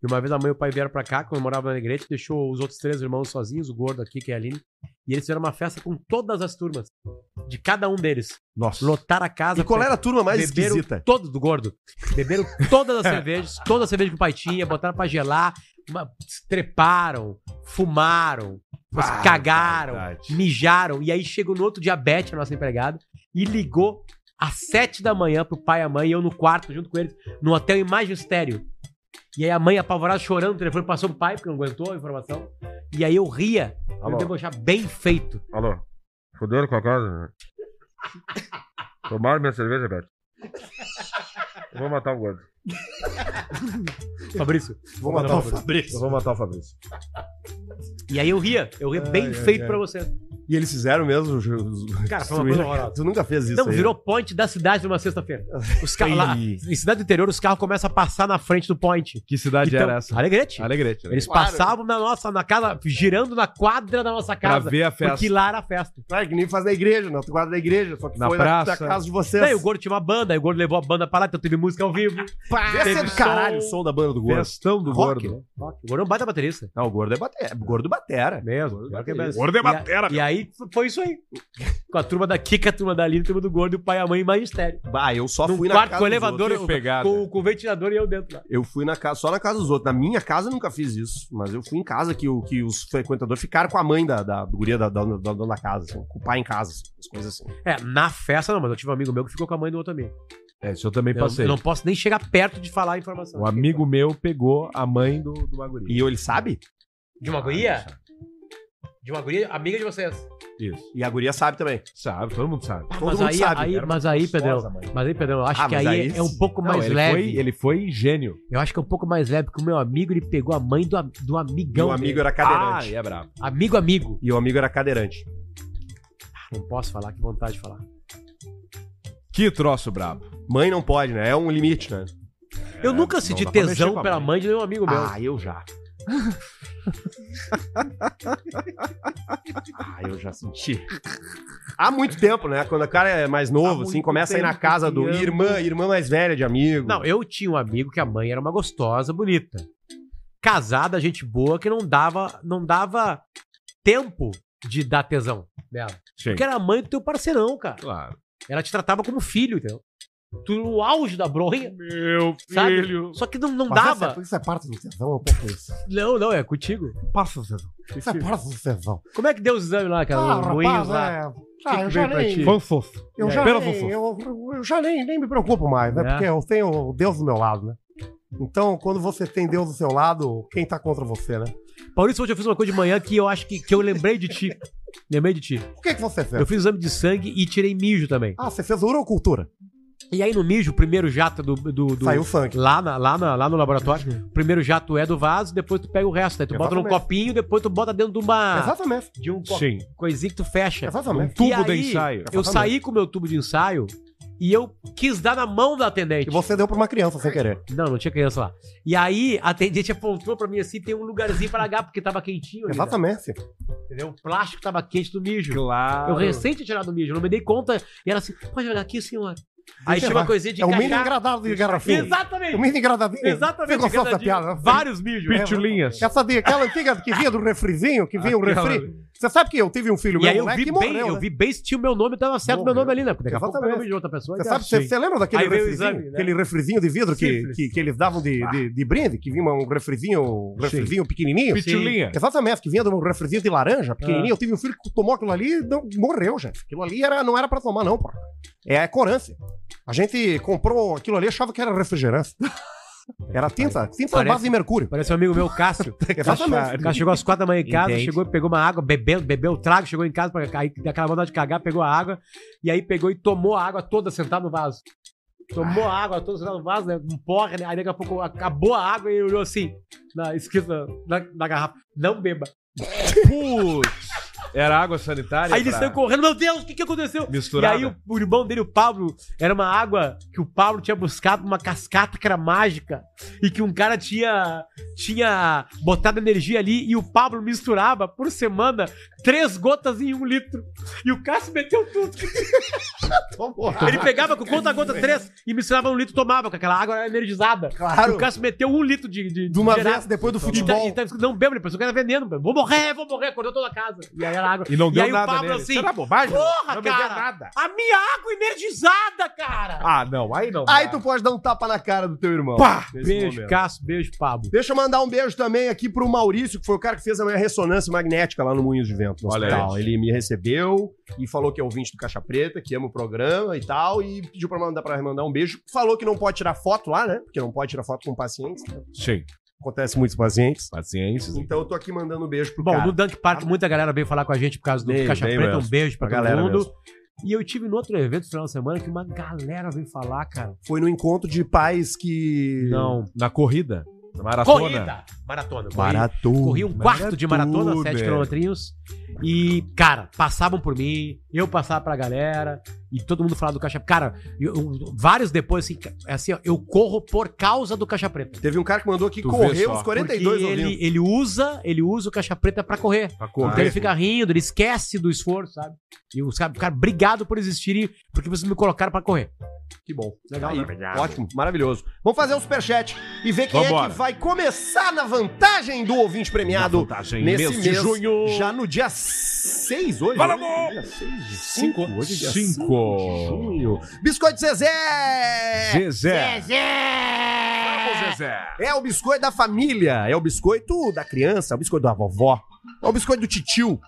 C: E uma vez a mãe e o pai vieram pra cá, quando eu morava na igreja, deixou os outros três irmãos sozinhos, o gordo aqui, que é a Aline. E eles fizeram uma festa com todas as turmas. De cada um deles.
A: Nossa.
C: Lotaram a casa.
A: E qual
C: pra-
A: era a turma mais
C: beberam
A: esquisita?
C: todo do gordo. Beberam todas as cervejas, todas as cervejas que o pai tinha, botaram pra gelar, ma- treparam, fumaram,
B: Ah,
C: cagaram,
B: verdade.
C: mijaram. E aí chegou no outro dia a Beth, a nossa empregada, e ligou às sete da manhã pro pai e a mãe, e eu no quarto junto com eles, no hotel em magistério. E aí a mãe apavorada chorando, o telefone passou pro pai, porque não aguentou a informação. E aí eu ria, eu
B: Alô.
C: debochar bem feito.
B: Alô, fuderam com a casa? né? Tomaram minha cerveja, Beto? Eu vou matar o gordo.
C: Fabrício.
B: Vou
C: matar o
B: Fabrício. Eu vou matar o Fabrício.
C: E aí eu ria, eu ria bem feito pra você.
A: E eles fizeram mesmo.
C: Cara, foi uma coisa horrorosa.
A: Tu nunca fez isso.
C: Não,
A: aí,
C: virou ponte da cidade numa sexta-feira. Os
A: né?
C: carros lá. Em cidade do interior, os carros começam a passar na frente do point.
B: Que cidade
C: Então,
B: era essa?
C: Alegrete.
B: Alegrete. né?
C: Eles
A: Claro.
C: passavam na nossa, na casa, girando na quadra da nossa
B: Pra
C: casa.
B: ver a festa.
C: Porque lá era a festa.
A: Claro, que nem faz na igreja, na quadra da igreja, só que
B: Na
A: foi
B: praça.
A: na casa de vocês.
C: Daí o Gordo tinha uma banda, aí o Gordo levou a banda pra lá, então teve música ao vivo.
A: Esse é
C: teve
A: do caralho o
C: som.
A: som da banda do gordo.
B: Festão do
A: Rock,
B: gordo.
C: O Gordo é um baita baterista.
A: Não, o gordo é batera. Gordo
B: né?
A: batera.
C: Mesmo.
A: pior que é mesmo.
B: Gordo é
C: E a-
B: batera,
C: E aí f- foi isso aí. Com a turma da Kika, a turma da Lina, a turma do Gordo, e o pai e a mãe em magistério.
A: Bah, eu só
C: Num
A: fui na
C: quarto
A: casa
C: com
A: dos
C: elevador,
A: outros.
C: eu-
B: pegada.
C: com, com o ventilador e eu dentro lá.
A: Eu fui na casa, só na casa dos outros. Na minha casa eu nunca fiz isso. Mas eu fui em casa que, o, que os frequentadores ficaram com a mãe da, da guria da, da, da dona da casa, assim, com o pai em casa, assim, as coisas assim.
C: É, na festa não, mas eu tive um amigo meu que ficou com a mãe do outro amigo.
B: É, isso eu também
C: Eu,
B: passei.
C: eu não posso nem chegar perto de falar a informação.
B: Um amigo meu pegou a mãe do, do Maguri.
A: E ele sabe?
C: De uma guria? De uma guria amiga de vocês.
B: Isso.
A: E a guria sabe também.
B: Sabe, todo mundo sabe.
A: Todo
C: mas
A: mundo
C: aí,
A: sabe.
C: aí-
A: Era
C: mas aí, Pedrão.
B: mãe.
C: Mas aí, Pedrão, eu acho
A: Ah,
C: que aí,
A: mas aí
C: é um
A: sim.
C: pouco
B: Não,
C: mais
B: ele,
C: leve.
B: Foi, ele foi gênio.
C: Eu acho que é um pouco mais leve, porque o meu amigo ele pegou a mãe do, a- do amigão.
A: Meu amigo
C: dele.
A: era cadeirante.
B: é brabo.
C: Amigo, amigo.
A: E o amigo era cadeirante.
C: Não posso falar, que vontade de falar.
B: Que troço brabo.
A: Mãe não pode, né? É um limite, né?
C: eu nunca
B: não
C: senti
B: dá pra mexer com
C: tesão
B: a
C: pela
B: mãe.
C: mãe de nenhum amigo meu.
A: Ah, eu já. ah, eu já senti. Há muito tempo, né? Quando o cara é mais novo, assim,
B: muito
A: começa a ir na
B: tempo
A: casa
B: que
A: do
B: amo.
A: irmã, irmã mais velha de amigo.
C: Não, eu tinha um amigo que a mãe era uma gostosa, bonita. Casada, gente boa, que não dava, não dava tempo de dar tesão dela.
B: Sim.
C: Porque era a mãe do teu parceirão, cara.
B: Claro.
C: Ela te tratava como filho, entendeu? Tu no auge da bronha,
B: Meu
C: Sabe?
B: filho.
C: só que não, não
A: Mas
C: dava.
A: Essa, essa é parte do tesão, eu pouco isso.
C: Não, não, é contigo.
A: Passa do tesão. Isso é parte do tesão.
C: Como é que deu os exames lá, cara?
A: Ah,
C: Os
A: rapaz,
C: moinhos lá.
A: é...
C: O que
A: Ah,
C: que
A: eu já
C: veio pra ti?
A: nem...
B: Fanfofo.
A: Eu
C: É.
A: já,
B: Pera,
A: nem,
B: Fofo.
A: eu, eu já nem, nem me preocupo mais, né?
C: É.
A: Porque eu tenho Deus do meu lado, né? Então, quando você tem Deus do seu lado, quem tá contra você, né?
C: Maurício, É. hoje eu fiz uma coisa de manhã que eu acho que, que eu lembrei de ti. Lembrei de ti.
A: O que, que você fez?
C: Eu fiz exame de sangue e tirei mijo também.
A: Ah, você fez urocultura.
C: E aí no mijo, o primeiro jato do. do, do-
A: Saiu sangue.
C: Lá, na- lá, na- lá no laboratório, o primeiro jato é do vaso, depois tu pega o resto. Aí tu bota num
A: Exatamente.
C: copinho, depois tu bota dentro de uma.
A: Exatamente.
C: De um co-
B: Sim.
C: coisinho que tu fecha.
A: Exatamente.
C: E
B: Tubo de
C: é aí,
B: ensaio.
C: Eu saí com o meu tubo de ensaio e eu quis dar na mão da atendente.
A: E você deu pra uma criança sem querer.
C: Não, não tinha criança lá. E aí a atendente apontou pra mim assim, tem um lugarzinho pra largar, porque tava quentinho. ali, né?
A: Exatamente.
C: Entendeu? O plástico tava quente do mijo.
B: Claro.
C: Eu recente tinha tirado o mijo, não me dei conta. E ela assim, pode jogar aqui, senhor. Aí tinha uma coisinha de
A: É um milho
C: cacá.
A: engradado de garrafinha.
C: Exatamente.
A: Um milho engradadinho.
C: Exatamente.
A: Você gostou dessa
C: Engradadinho.
A: piada? né? É,
C: Vários mijos. É,
B: Pitulinhas.
A: Essa de, aquela antiga que vinha do refrizinho, que vinha o
B: Aquela-
A: refri. Você sabe que eu tive um filho
C: E aí eu
A: moleque,
C: vi
A: que
C: bem,
A: morreu,
C: eu
A: né?
C: vi bem se tinha o meu nome, tava certo o meu
A: Morreu.
C: nome ali, né? Porque Daqui a pouco
A: Exatamente.
C: pega o mijo de outra pessoa. então é assim.
A: Você
C: e
A: sabe,
C: dá-
A: você, você lembra daquele
C: Aí veio o
A: refrizinho,
C: exame, né?
A: aquele refrizinho de vidro que,
C: Sífilis.
A: que, que eles davam de, de, de brinde, que vinha um refrizinho, um refrizinho pequenininho?
B: Pitulinha.
A: Exatamente, que vinha de um refrizinho de laranja, pequenininho.
C: Ah.
A: Eu tive um filho que tomou aquilo ali e não- morreu, gente. Aquilo ali era, não era pra tomar, não, pô. É corância. A gente comprou aquilo ali, achava que era refrigerante. Era tinta, tinta à
C: Parece-
A: base de mercúrio.
C: Parece um amigo meu, Cássio.
A: Exatamente.
C: O cara chegou às quatro da manhã em casa,
B: Entende.
C: chegou e pegou uma água, bebeu, bebeu o trago, chegou em casa, pra, aí, daquela vontade de cagar, pegou a água, e aí pegou e tomou a água toda sentada no vaso. Tomou a água toda sentada no vaso, né? Um porra, né? Aí daqui a pouco acabou a água e ele olhou assim, na, escrito na, na- na garrafa, não beba.
B: Putz. Era água sanitária?
C: Aí ele
B: pra
C: saiu correndo, meu Deus, o que, que aconteceu?
B: Misturada.
C: E aí o, o irmão dele, o Pablo, era uma água que o Pablo tinha buscado uma cascata que era mágica e que um cara tinha tinha botado energia ali e o Pablo misturava por semana três gotas em um litro. E o Cássio meteu tudo. Ele pegava com conta a gota três e misturava um litro e tomava, com aquela água era energizada. E
A: Claro. então.
C: o Cássio meteu um litro de, de,
A: De uma
C: de
A: vez, depois do
C: E tá,
A: futebol.
C: e tá, não bebe, ele pensou que era veneno. Vou morrer, vou morrer, acordou toda a casa. E aí era água.
B: E não deu
C: aí o
B: nada
C: Pablo
B: nele.
C: assim,
B: Será bobagem?
C: Porra,
B: não
C: cara!
B: deu nada.
C: A minha água energizada, cara!
B: Ah, não. Aí não.
A: Aí
B: dá.
A: tu pode dar um tapa na cara do teu irmão.
B: Pá! Nesse
C: Beijo,
B: momento.
C: Cássio, beijo, Pablo.
A: Deixa eu mandar um beijo também aqui pro Maurício, que foi o cara que fez a minha ressonância magnética lá no Moinhos de Vento. no
B: Olha
A: hospital.
B: aí.
A: Ele me recebeu e falou que é ouvinte do Caixa Preta, que ama o programa e tal, e pediu pra mandar para mandar um beijo. Falou que não pode tirar foto lá, né? Porque não pode tirar foto com pacientes. né?
B: Sim.
A: Acontece com muitos pacientes.
B: Paciência. sim.
A: Então eu tô aqui mandando um beijo pro
C: Bom,
A: cara.
C: no Dunk Park, muita galera veio falar com a gente por causa do
B: Veio,
C: Caixa
B: veio
C: Preta. Um
B: mesmo.
C: beijo pra
A: Pra
C: todo
A: galera
C: mundo.
A: mesmo.
C: E eu tive no outro evento no final de semana que uma galera veio falar, cara.
A: Foi no encontro de pais que...
B: Na corrida. Na maratona.
C: Maratona! Maratona!
A: Maratona.
C: Corri um quarto de maratona,
B: Maratona,
C: 7
B: velho.
C: quilometrinhos. E, cara, passavam por mim, eu passava pra galera, e todo mundo falava do Caixa Preta. Cara, eu- eu- vários depois, assim, é assim, ó, eu corro por causa do Caixa Preta.
A: Teve um cara que mandou aqui
B: Tu vê
A: correu
B: só.
A: os
C: Porque
A: 42 ouvindo.
C: ele, ele usa, ele usa o caixa preta pra correr.
B: Pra
C: Então ele
B: correr.
C: fica rindo, ele esquece do esforço, sabe? E os caras, cara, obrigado por existirem, porque vocês me colocaram pra correr.
A: Que bom.
C: Legal,
A: Aí,
C: né?
A: Ótimo, maravilhoso. Vamos fazer um superchat e ver quem é
B: Vambora.
A: que vai começar na vantagem do ouvinte premiado
B: Vantagem
A: nesse mês.
B: mês de junho.
A: Já no dia 6 hoje.
B: Fala,
A: né?
B: amor!
A: Dia 6 de
B: Cinco.
A: 5. Hoje é dia
B: Cinco.
A: 5 de junho. Biscoito Zezé!
B: Zezé. Vamos, Zezé.
A: É o biscoito da família, é o biscoito da criança, é o biscoito da vovó, é o biscoito do titio,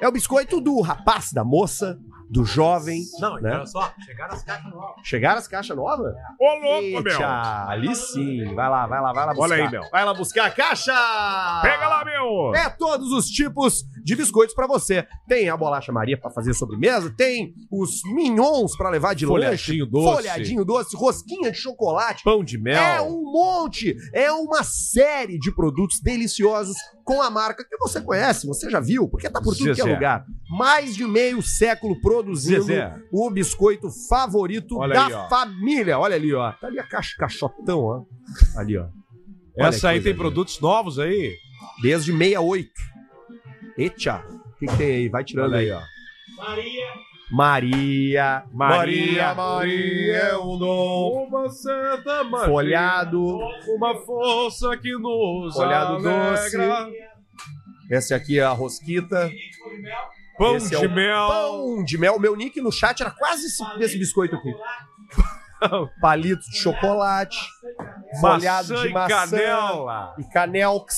A: é o biscoito do rapaz, da moça, do jovem.
C: Não,
A: Né?
C: olha só, chegaram as caixas novas.
A: Chegaram as caixas novas?
B: Ô, louco, então- meu.
A: Eita, ali sim. Vai lá, vai lá, vai lá buscar.
B: Olha aí, meu.
A: Vai lá buscar a caixa!
B: Pega lá, meu.
A: É todos os tipos de biscoitos pra você. Tem a bolacha Maria pra fazer sobremesa, tem os mignons pra levar de
B: Folhadinho
A: lanche,
B: doce.
A: folhadinho doce, rosquinha de chocolate.
B: Pão de mel.
A: É um monte, é uma série de produtos deliciosos com a marca que você conhece, você já viu, porque tá por tudo que é
B: Zezé.
A: lugar. Mais de meio século produzindo
B: Zezé.
A: o biscoito favorito
B: Olha
A: da
B: aí, ó.
A: família. Olha ali, ó. Tá ali a caixa caixotão, ó. Ali, ó. Olha que
B: Essa aí
A: coisa
B: tem
A: linda.
B: produtos novos aí.
A: Desde 68. Eita. O que, que tem aí? Vai tirando
B: Olha
A: aí,
B: aí,
A: ó. Maria. Maria.
B: é um dom. Uma santa Maria.
A: Folhado.
B: Uma força que nos
A: Folhado doce.
B: alegra.
A: Esse aqui é a rosquita.
B: Pão
A: Esse
B: de
A: é o
B: mel.
A: Pão de mel. Meu nick no chat era quase esse, desse biscoito aqui. Palito de chocolate. Folhado
B: maçã
A: de
B: e
A: maçã.
B: canela.
A: E canelx.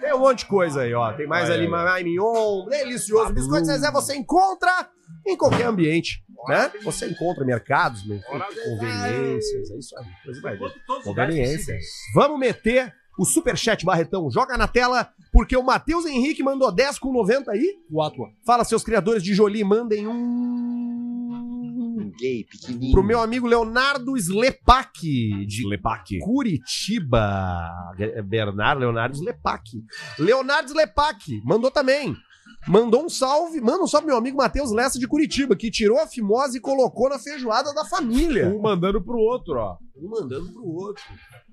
A: Tem um monte de coisa aí, ó. Tem mais
B: Olha
A: ali,
B: aí, ó.
A: mamãe mignon, delicioso. Biscoito Zezé você encontra em qualquer ambiente, né? Você encontra mercados, mer- conveniências, é isso aí. Coisa vai ver. Conveniências. Vamos meter o superchat, Barretão. Joga na tela, porque o Matheus Henrique mandou 10 com 90 aí. Fala, seus criadores de Jolie, mandem um...
F: Gay, pequenininho.
A: Pro meu amigo Leonardo Slepak, de eh,
B: Lepaque.
A: Curitiba. Bernardo Leonardo Slepak. Leonardo Slepak mandou também. Mandou um salve, manda um salve pro meu amigo Matheus Lessa de Curitiba, que tirou a fimose e colocou na feijoada da família.
B: Um mandando pro outro, ó.
A: Um mandando pro outro.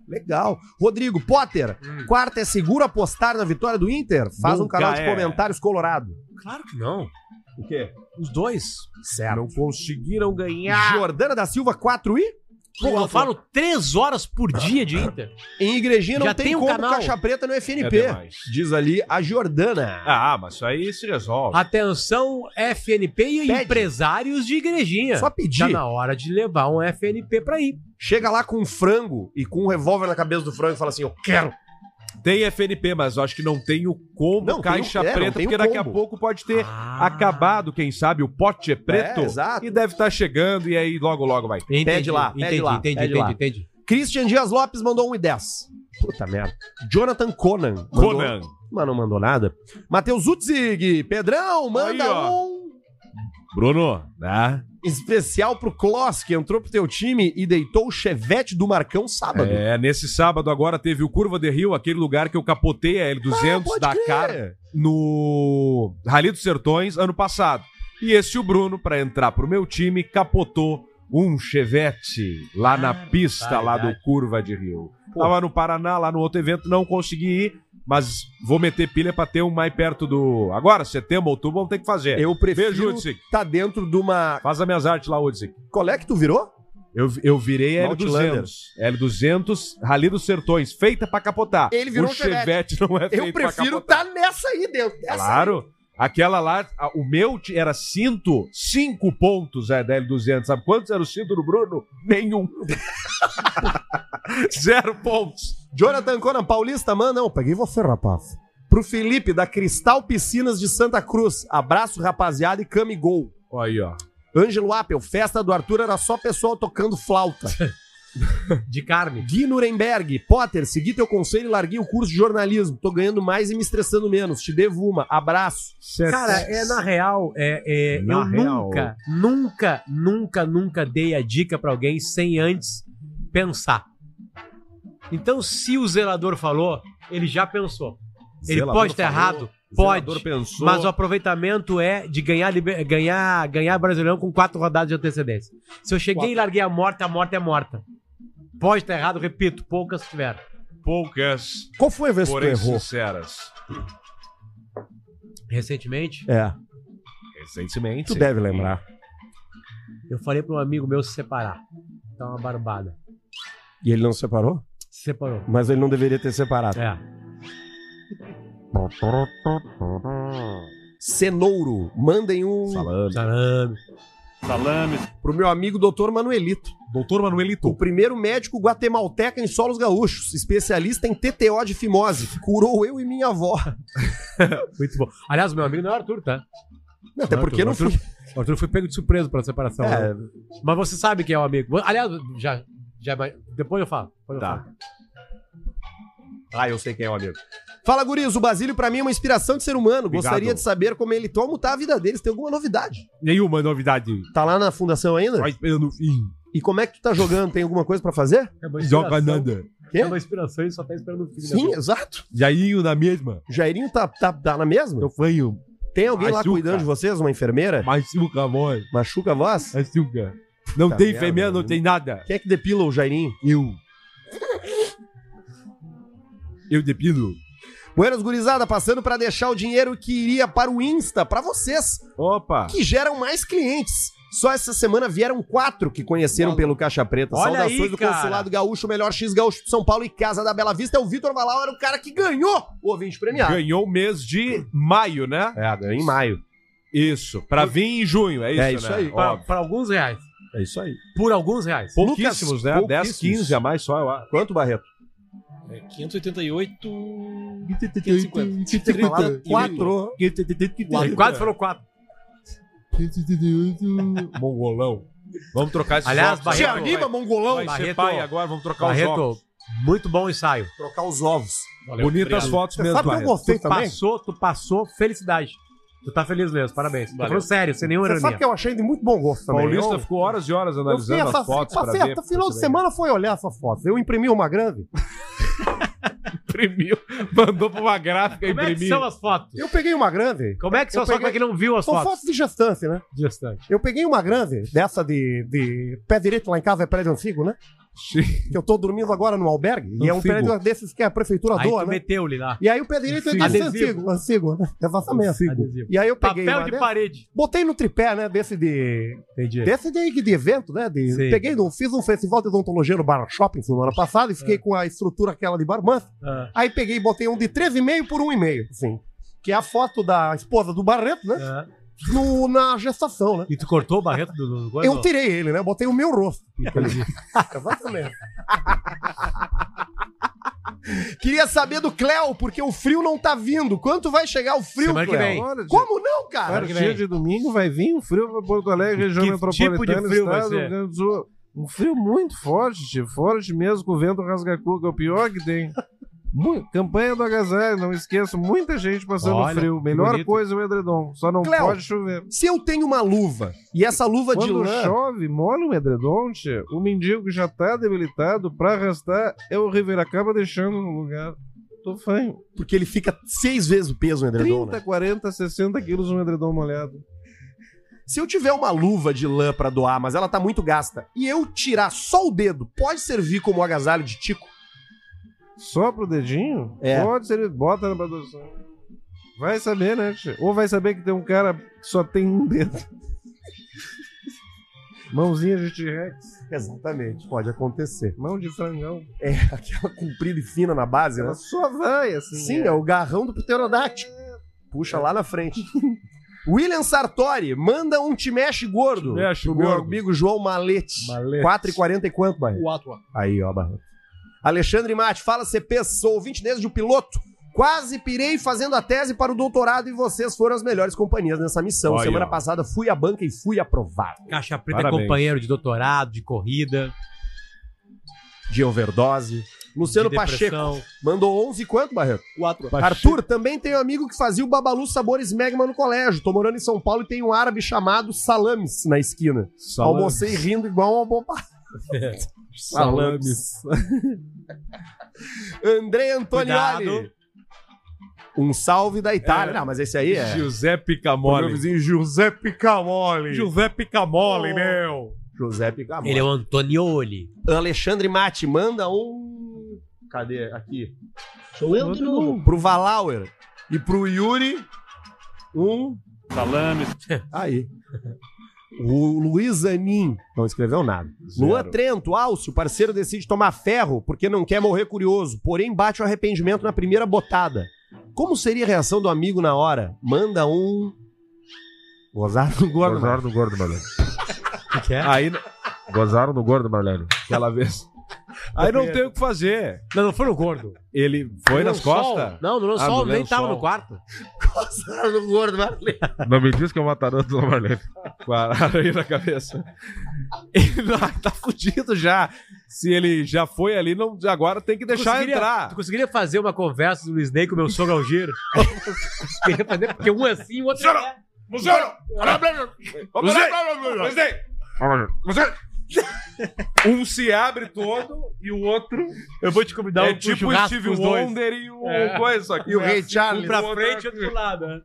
A: Legal. Rodrigo Potter, quarta é seguro apostar na vitória do Inter? Faz um
B: Nunca
A: canal de
B: é.
A: comentários colorado.
C: Claro que não.
B: O quê?
C: Os dois.
A: Certo.
B: Não conseguiram ganhar.
A: Jordana da Silva, 4 e?
C: Pô, eu falo três horas por dia de Inter.
A: Em Igrejinha não
C: Já
A: tem,
C: tem um
A: como
C: canal.
A: caixa preta no
B: É
A: FNP.
B: demais.
A: Diz ali a Jordana.
B: Ah, mas isso aí se resolve.
C: Atenção, FNP e
A: Pede.
C: empresários de
B: É.
C: igrejinha.
A: Só
C: Tá
A: pedir.
C: na hora de levar um FNP pra ir.
A: Chega lá com um frango e com um revólver na cabeça do frango e fala assim: Eu quero.
B: É, Ah, Tem FNP, mas eu acho que não tem o combo
A: Não, tem
B: caixa
A: o- é, não
B: preta,
A: tem o
B: porque daqui a
A: combo.
B: pouco pode ter
C: Ah.
B: acabado, quem sabe, o pote preto.
A: É, exato.
B: e deve estar chegando, e aí logo, logo vai.
C: Entendi,
A: Pede lá, pede
C: entendi,
A: lá,
C: entendi,
A: pede
C: entendi,
A: lá.
C: entendi.
A: Christian Dias Lopes mandou 1 e 10. Puta merda. Jonathan Conan. mandou-
B: Conan.
A: Mas não mandou nada. Matheus Utzig. Pedrão, manda
B: Aí, ó.
A: um.
B: Bruno, né?
A: Especial pro Kloss, que entrou pro teu time e deitou o chevette do Marcão sábado.
B: É, nesse sábado agora teve o Curva de Rio, aquele lugar que eu capotei a
A: Ah,
B: L200
A: pode
B: da
A: crer.
B: cara no Rally dos Sertões ano passado. E esse o Bruno, pra entrar pro meu time, capotou um Chevette lá na
A: Ah,
B: pista, lá do Curva de Rio. Tava no Paraná, lá no outro evento, não consegui ir, mas vou meter pilha pra ter um mais perto do. Agora, setembro, outubro, vamos ter que fazer.
A: Eu prefiro
B: É. Beijo, Udsik.
A: tá dentro de uma.
B: Faz as minhas artes lá, Udsik.
A: Qual é que tu virou?
B: Eu, eu virei
A: No
B: L200. L200, Rally dos Sertões, feita pra capotar.
A: Ele virou
B: o
A: um Chevette.
B: Chevette, não é feito
A: Eu
B: pra
A: prefiro
B: capotar.
A: tá nessa aí dentro. Essa
B: Claro. Aquela lá, a- o meu ti- era cinto, cinco pontos é, da L200. Sabe quantos era o cinto do Bruno? Nenhum. Zero pontos.
A: Jonathan Conan Paulista, mano, não, peguei você, rapaz. Pro Felipe, da Cristal Piscinas de Santa Cruz. Abraço, rapaziada, e came gol.
B: Olha aí, ó.
A: Ângelo Appel, festa do Arthur era só pessoal tocando flauta.
C: De carne.
A: Gui Nuremberg, Potter, segui teu conselho e larguei o curso de jornalismo. Tô ganhando mais e me estressando menos. Te devo uma. Abraço.
C: Cara, é na real, é, é,
B: Na
C: eu
B: real.
C: nunca, nunca, nunca, nunca dei a dica pra alguém sem antes pensar. Então, se o zelador falou, ele já pensou. Ele
B: Zelador
C: pode estar
B: falou,
C: errado,
B: zelador
C: pode.
B: pensou.
C: Mas o aproveitamento é de ganhar, liber- ganhar, ganhar Brasileirão com quatro rodadas de antecedência. Se eu cheguei e larguei a morta, a morta é morta. Pode estar errado, repito, poucas tiveram.
B: poucas,
A: Qual foi a vez que tu
B: porém
A: errou?
B: sinceras.
C: Recentemente,
A: É,
B: Recentemente.
A: tu deve lembrar.
C: eu falei para um amigo meu se separar. Tá uma barbada.
A: E ele não se separou?
C: Se separou.
A: Mas ele não deveria ter separado.
C: É.
A: Cenouro, mandem um
B: Falando.
C: Salame.
A: pro meu amigo Dr. Manuelito.
B: Doutor
A: O
B: Manuelito.
A: primeiro médico guatemalteca em solos gaúchos, especialista em TTO de fimose. Curou eu e minha avó.
C: Muito bom. Aliás, meu amigo não é o Arthur, tá?
A: Não, até
C: Arthur,
A: porque não
C: Arthur.
A: fui.
C: O Arthur foi pego de surpresa pela separação.
A: É,
C: né? Mas você sabe quem é o amigo. Aliás, já. já é depois eu falo. Depois
B: Tá.
C: eu falo.
A: Ah, eu sei quem é o amigo. Fala, guris. O Basílio, pra mim, é uma inspiração de ser humano.
B: Obrigado.
A: Gostaria de saber como ele toma tá a vida deles. Tem alguma novidade?
B: Nenhuma novidade.
A: Tá lá na fundação ainda?
B: Só esperando o fim.
A: E como é que tu tá jogando? Tem alguma coisa pra fazer?
C: É uma
B: Joga
C: inspiração.
B: nada.
A: Quê?
C: É uma inspiração e só tá esperando o fim. né?
A: Sim, exato.
B: Jairinho na mesma.
A: Jairinho tá, tá, tá na mesma?
B: Eu fanho.
A: Tem alguém lá
B: Machuca.
A: cuidando de vocês? Uma enfermeira?
B: Machuca, voz.
A: Machuca a voz?
B: Açúcar. Não
A: Tá
B: tem
A: merda,
B: fêmea, não
A: mano.
B: tem nada.
A: Quem é que depila o Jairinho?
B: Eu. Eu depilo.
A: Buenas gurizada, passando pra deixar o dinheiro que iria para o Insta, pra vocês,
B: Opa!
A: que geram mais clientes. Só essa semana vieram quatro que conheceram pelo Caixa Preta.
C: Olha
A: Saudações
C: aí,
A: do
C: cara.
A: Consulado Gaúcho, o melhor X Gaúcho de São Paulo e Casa da Bela Vista. É o Vitor Valau, era o cara que ganhou o ouvinte premiado.
B: Ganhou o mês de maio, né?
A: É, ganhou em maio.
B: Isso. Pra vir em junho, é isso,
A: É isso
B: né?
A: aí.
C: Pra,
B: Ó,
C: pra alguns reais.
A: É isso aí.
C: Por alguns reais.
B: Pouquíssimos, né?
A: Pouquíssimos.
B: 10, 15 a mais só, eu acho.
A: Quanto, Barreto?
H: É 588.
B: 588.
H: 550.
A: Quatro.
C: Ele
A: né?
C: quase falou quatro.
B: Mongolão. Vamos trocar esses
C: Aliás,
B: ovos.
A: Se
C: Barreto,
A: anima,
B: vai,
A: mongolão.
B: vai ser
C: Barreto.
B: pai agora, vamos trocar um os ovos.
C: Barreto, muito bom o ensaio.
A: Trocar os ovos.
B: Bonitas fotos mesmo,
A: sabe que eu
B: Barreto.
A: gostei
C: Tu
A: também?
C: passou, tu passou, felicidade. Tu tá feliz mesmo, parabéns. Tá falando sério, sem nenhuma
A: Você sabe
C: ironia.
A: que eu achei de muito bom gosto também.
B: Paulista
A: eu...
B: ficou horas e horas
A: Eu fiz
B: analisando
A: essa,
B: as fotos
A: passei
B: pra ver.
A: até final de semana foi olhar essas fotos. Eu imprimi uma grande.
B: imprimiu, mandou pra uma gráfica
C: Como é que
B: imprimir.
C: são as fotos?
A: Eu peguei uma grande.
C: Como é que são
A: Eu
C: as fotos? Como
A: peguei-
C: é que não viu as
A: São
C: fotos?
A: fotos de gestância, né?
C: Distante.
A: Eu peguei uma grande, dessa de, de pé direito lá em casa, é prédio antigo, né? Que eu tô dormindo agora no albergue. E é um
B: Antigo.
A: prédio desses que a prefeitura
C: Aí
A: doa,
C: tu
A: né?
C: meteu-lhe lá.
A: E aí o pé direito é
B: Antigo.
A: desse
C: Adesivo.
A: antigo, antigo, né? Exatamente.
C: Adesivo.
A: E aí eu peguei
C: Papel
A: uma
C: de
A: dessa,
C: parede.
A: Botei no tripé, né? Desse de.
C: Entendi.
A: Desse de, de evento, né? De,
C: Sim.
A: peguei, um- fiz um festival de odontologia no Bar Shopping semana passada e
C: É.
A: fiquei com a estrutura aquela de barmança.
C: Ah,
A: Aí peguei e botei um de 3,5 por 1,5, assim. Que é a foto da esposa do Barreto, né?
C: ah.
A: No, na gestação, né?
C: E tu cortou o barreto do, do, do
A: Eu tirei ele, né? Botei o meu rosto.
C: Entendi.
A: Exatamente. Queria saber do Cléo, porque o frio não tá vindo. Quanto vai chegar o frio,
C: Semana que
A: Cléo?
C: vem.
B: Olha,
A: Como não, cara?
B: Claro, dia de domingo vai vir um frio para Porto Alegre, região
C: Que
B: metropolitana,
C: tipo de frio vai
B: estado,
C: ser?
B: Rio Grande do Sul. Um frio muito forte, forte mesmo, com o vento rasga-cuca, é o pior que tem. Mu- Campanha do agasalho, não esqueço, muita gente passando
C: Olha,
B: frio.
C: que
B: Melhor
C: bonito.
B: coisa é o edredom, só não
A: Cléo,
B: pode chover.
A: Se eu tenho uma luva e essa luva de
B: Quando
A: lã.
B: chove, molha o edredom, tchê, o mendigo que já tá debilitado pra arrastar é horrível, ele acaba deixando no lugar. Tô fanho.
A: Porque ele fica seis vezes o peso no edredom,
B: 30,
A: né?
B: 40, 60 quilos um edredom molhado.
A: Se eu tiver uma luva de lã pra doar, mas ela tá muito gasta, e eu tirar só o dedo, pode servir como agasalho de tico?
B: Só pro dedinho?
A: É.
B: Pode ser, bota na produção. Vai saber, né, tio? Ou vai saber que tem um cara que só tem um dedo. Mãozinha de T-Rex,
A: Exatamente, pode acontecer.
B: mão de frangão.
A: É, aquela comprida e fina na base, né?
B: Ela só vai, assim.
A: Sim,
B: é.
A: é o garrão do pterodáctilo. Puxa lá na frente. William Sartori, manda um te mexe gordo
B: mexe
A: pro meu
B: gordo.
A: amigo João Malete.
B: Malete.
A: 4,40 e quanto, Barreto?
H: 4 ó.
A: Aí, ó, Barreto. Alexandre Mate, fala CP, sou ouvinte desde o piloto. Quase pirei fazendo a tese para o doutorado e vocês foram as melhores companhias nessa missão.
B: Olha,
A: Semana
B: ó.
A: passada fui à banca e fui aprovado.
C: Caixa Preta
B: Parabéns.
C: é companheiro de doutorado, de corrida,
A: De overdose. Luciano
C: de
A: Pacheco
C: depressão.
A: mandou 11 e quanto, Barreto?
H: 4 ó.
A: Arthur, também tem um amigo que fazia o Babalu Sabores Megman no colégio. Tô morando em São Paulo e tem um árabe chamado Salames na esquina. Almocei rindo igual uma bomba. Salames. André Antonioli.
C: Cuidado.
A: Um salve da Itália.
B: É.
A: Não, mas esse aí é.
B: Giuseppe
A: O meu vizinho Giuseppe Camoli.
B: Giuseppe né? Camoli, meu.
A: Giuseppe Camoli.
C: Ele é o Antonioli.
A: Alexandre Mate manda um. Cadê? Aqui.
E: Sou eu de novo.
A: Pro Valauer e pro Yuri um.
D: Salame.
A: Aí. O Luiz Anin não escreveu nada. Luan Trento, Alcio, parceiro, decide tomar ferro porque não quer morrer curioso, porém bate o arrependimento na primeira botada. Como seria a reação do amigo na hora? Manda um. Gozar do gordo.
B: Gozaram no gordo, Marlene.
C: O que é?
B: Aí... Gozaram no gordo, Marlene. Aquela vez. Aí não tem o que fazer.
C: Não, não foi no gordo.
B: Ele foi
C: No
B: nas
C: lençol.
B: costas?
C: Não, no
B: Ah,
C: lençol,
B: no
C: nem
B: lençol.
C: tava no quarto.
A: Gozar do gordo, Marlene.
B: Não me diz que é uma taranta do Marlene. Com a aranha na cabeça. Ele não- tá fudido já. Se ele já foi ali, não, agora tem que deixar
C: Conseguiria- Tu
B: entrar.
C: conseguiria fazer uma conversa do Luiz Ney com o meu sogro Algiro? conseguiria fazer, porque um é assim, o outro é.
B: Um se abre todo e o outro
C: Eu vou te convidar
B: é tipo o Steve Wonder e o
C: É.
B: coisa. Só que
A: E o
B: é
A: Rei
B: assim,
A: Charles.
B: um
C: Pra
B: outro
C: frente e
B: é-
C: outro pro lado. né?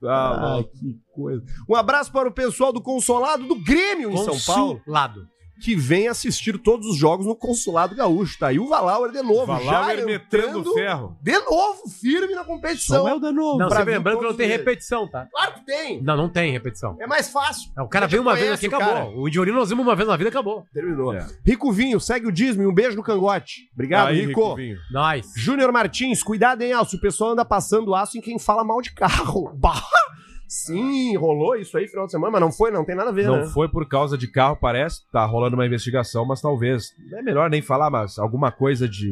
B: Tá
A: Ah,
B: louco.
A: que coisa. Um abraço para o pessoal do Consolado do Grêmio em São Paulo,
C: Lado.
A: que vem assistir todos os jogos no Consulado Gaúcho. Tá aí o Valauer de novo.
B: Valauer
C: é
A: já
B: metendo
A: entrando
B: ferro.
A: De novo, firme na competição.
B: é de novo.
C: Não,
A: pra
C: você
A: mim,
C: lembrando que não
A: todos
C: tem
A: eles.
C: repetição, tá?
A: Claro que tem.
C: Não, não tem repetição.
A: É mais fácil.
C: O cara
A: Já
C: veio uma vez
A: conhece
C: aqui e
A: o
C: acabou.
A: cara.
C: O Indiorino nós vimos uma vez na vida e acabou.
A: Terminou.
B: É.
A: Rico Vinho, segue o dízimo e um beijo no cangote. Obrigado,
B: Aí,
A: Rico.
B: Ricovinho.
C: Nós.
A: Júnior Martins, cuidado, hein, Alcio? O pessoal anda passando aço em quem fala mal de carro. Bah! Sim, rolou isso aí final de semana, mas não foi, não tem nada a ver,
B: Não
A: né?
B: foi por causa de carro, parece. Tá rolando uma investigação, mas talvez. É melhor nem falar, mas alguma coisa de.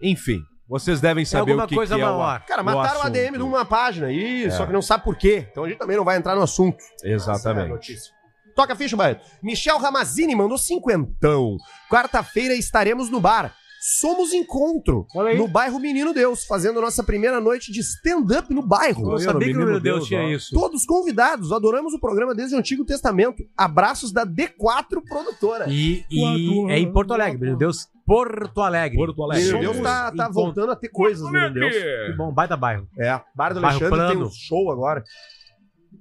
B: Enfim, vocês devem
C: É
B: saber
C: alguma
B: o que,
C: coisa
B: que é o-
C: maior.
A: Cara,
B: O
A: mataram o
B: assunto.
A: ADM de uma página, isso,
B: É.
A: só que não sabe por quê. Então a gente também não vai entrar no assunto. Essa é a
B: Exatamente.
A: notícia. Toca a ficha, Barreto. Michel Ramazini mandou cinquentão. Quarta-feira estaremos no bar. Somos Encontro,
C: Olha aí.
A: no bairro Menino Deus, fazendo nossa primeira noite de stand-up no bairro.
C: Eu sabia que o meu
B: Menino
C: Deus
B: Deus,
C: tinha
B: ó.
C: isso.
A: Todos convidados, adoramos o programa desde o Antigo Testamento. Abraços da D4 Produtora.
C: E, e é em Porto Alegre, meu Deus. Porto Alegre.
B: Porto Alegre.
A: Menino Deus tá, tá
C: Encontro.
A: voltando a ter
B: Tá
A: coisas, Menino Deus.
C: Que bom, baita bairro.
A: É, Bar do
C: Bairro
A: Alexandre tem
C: Plano.
A: um show agora.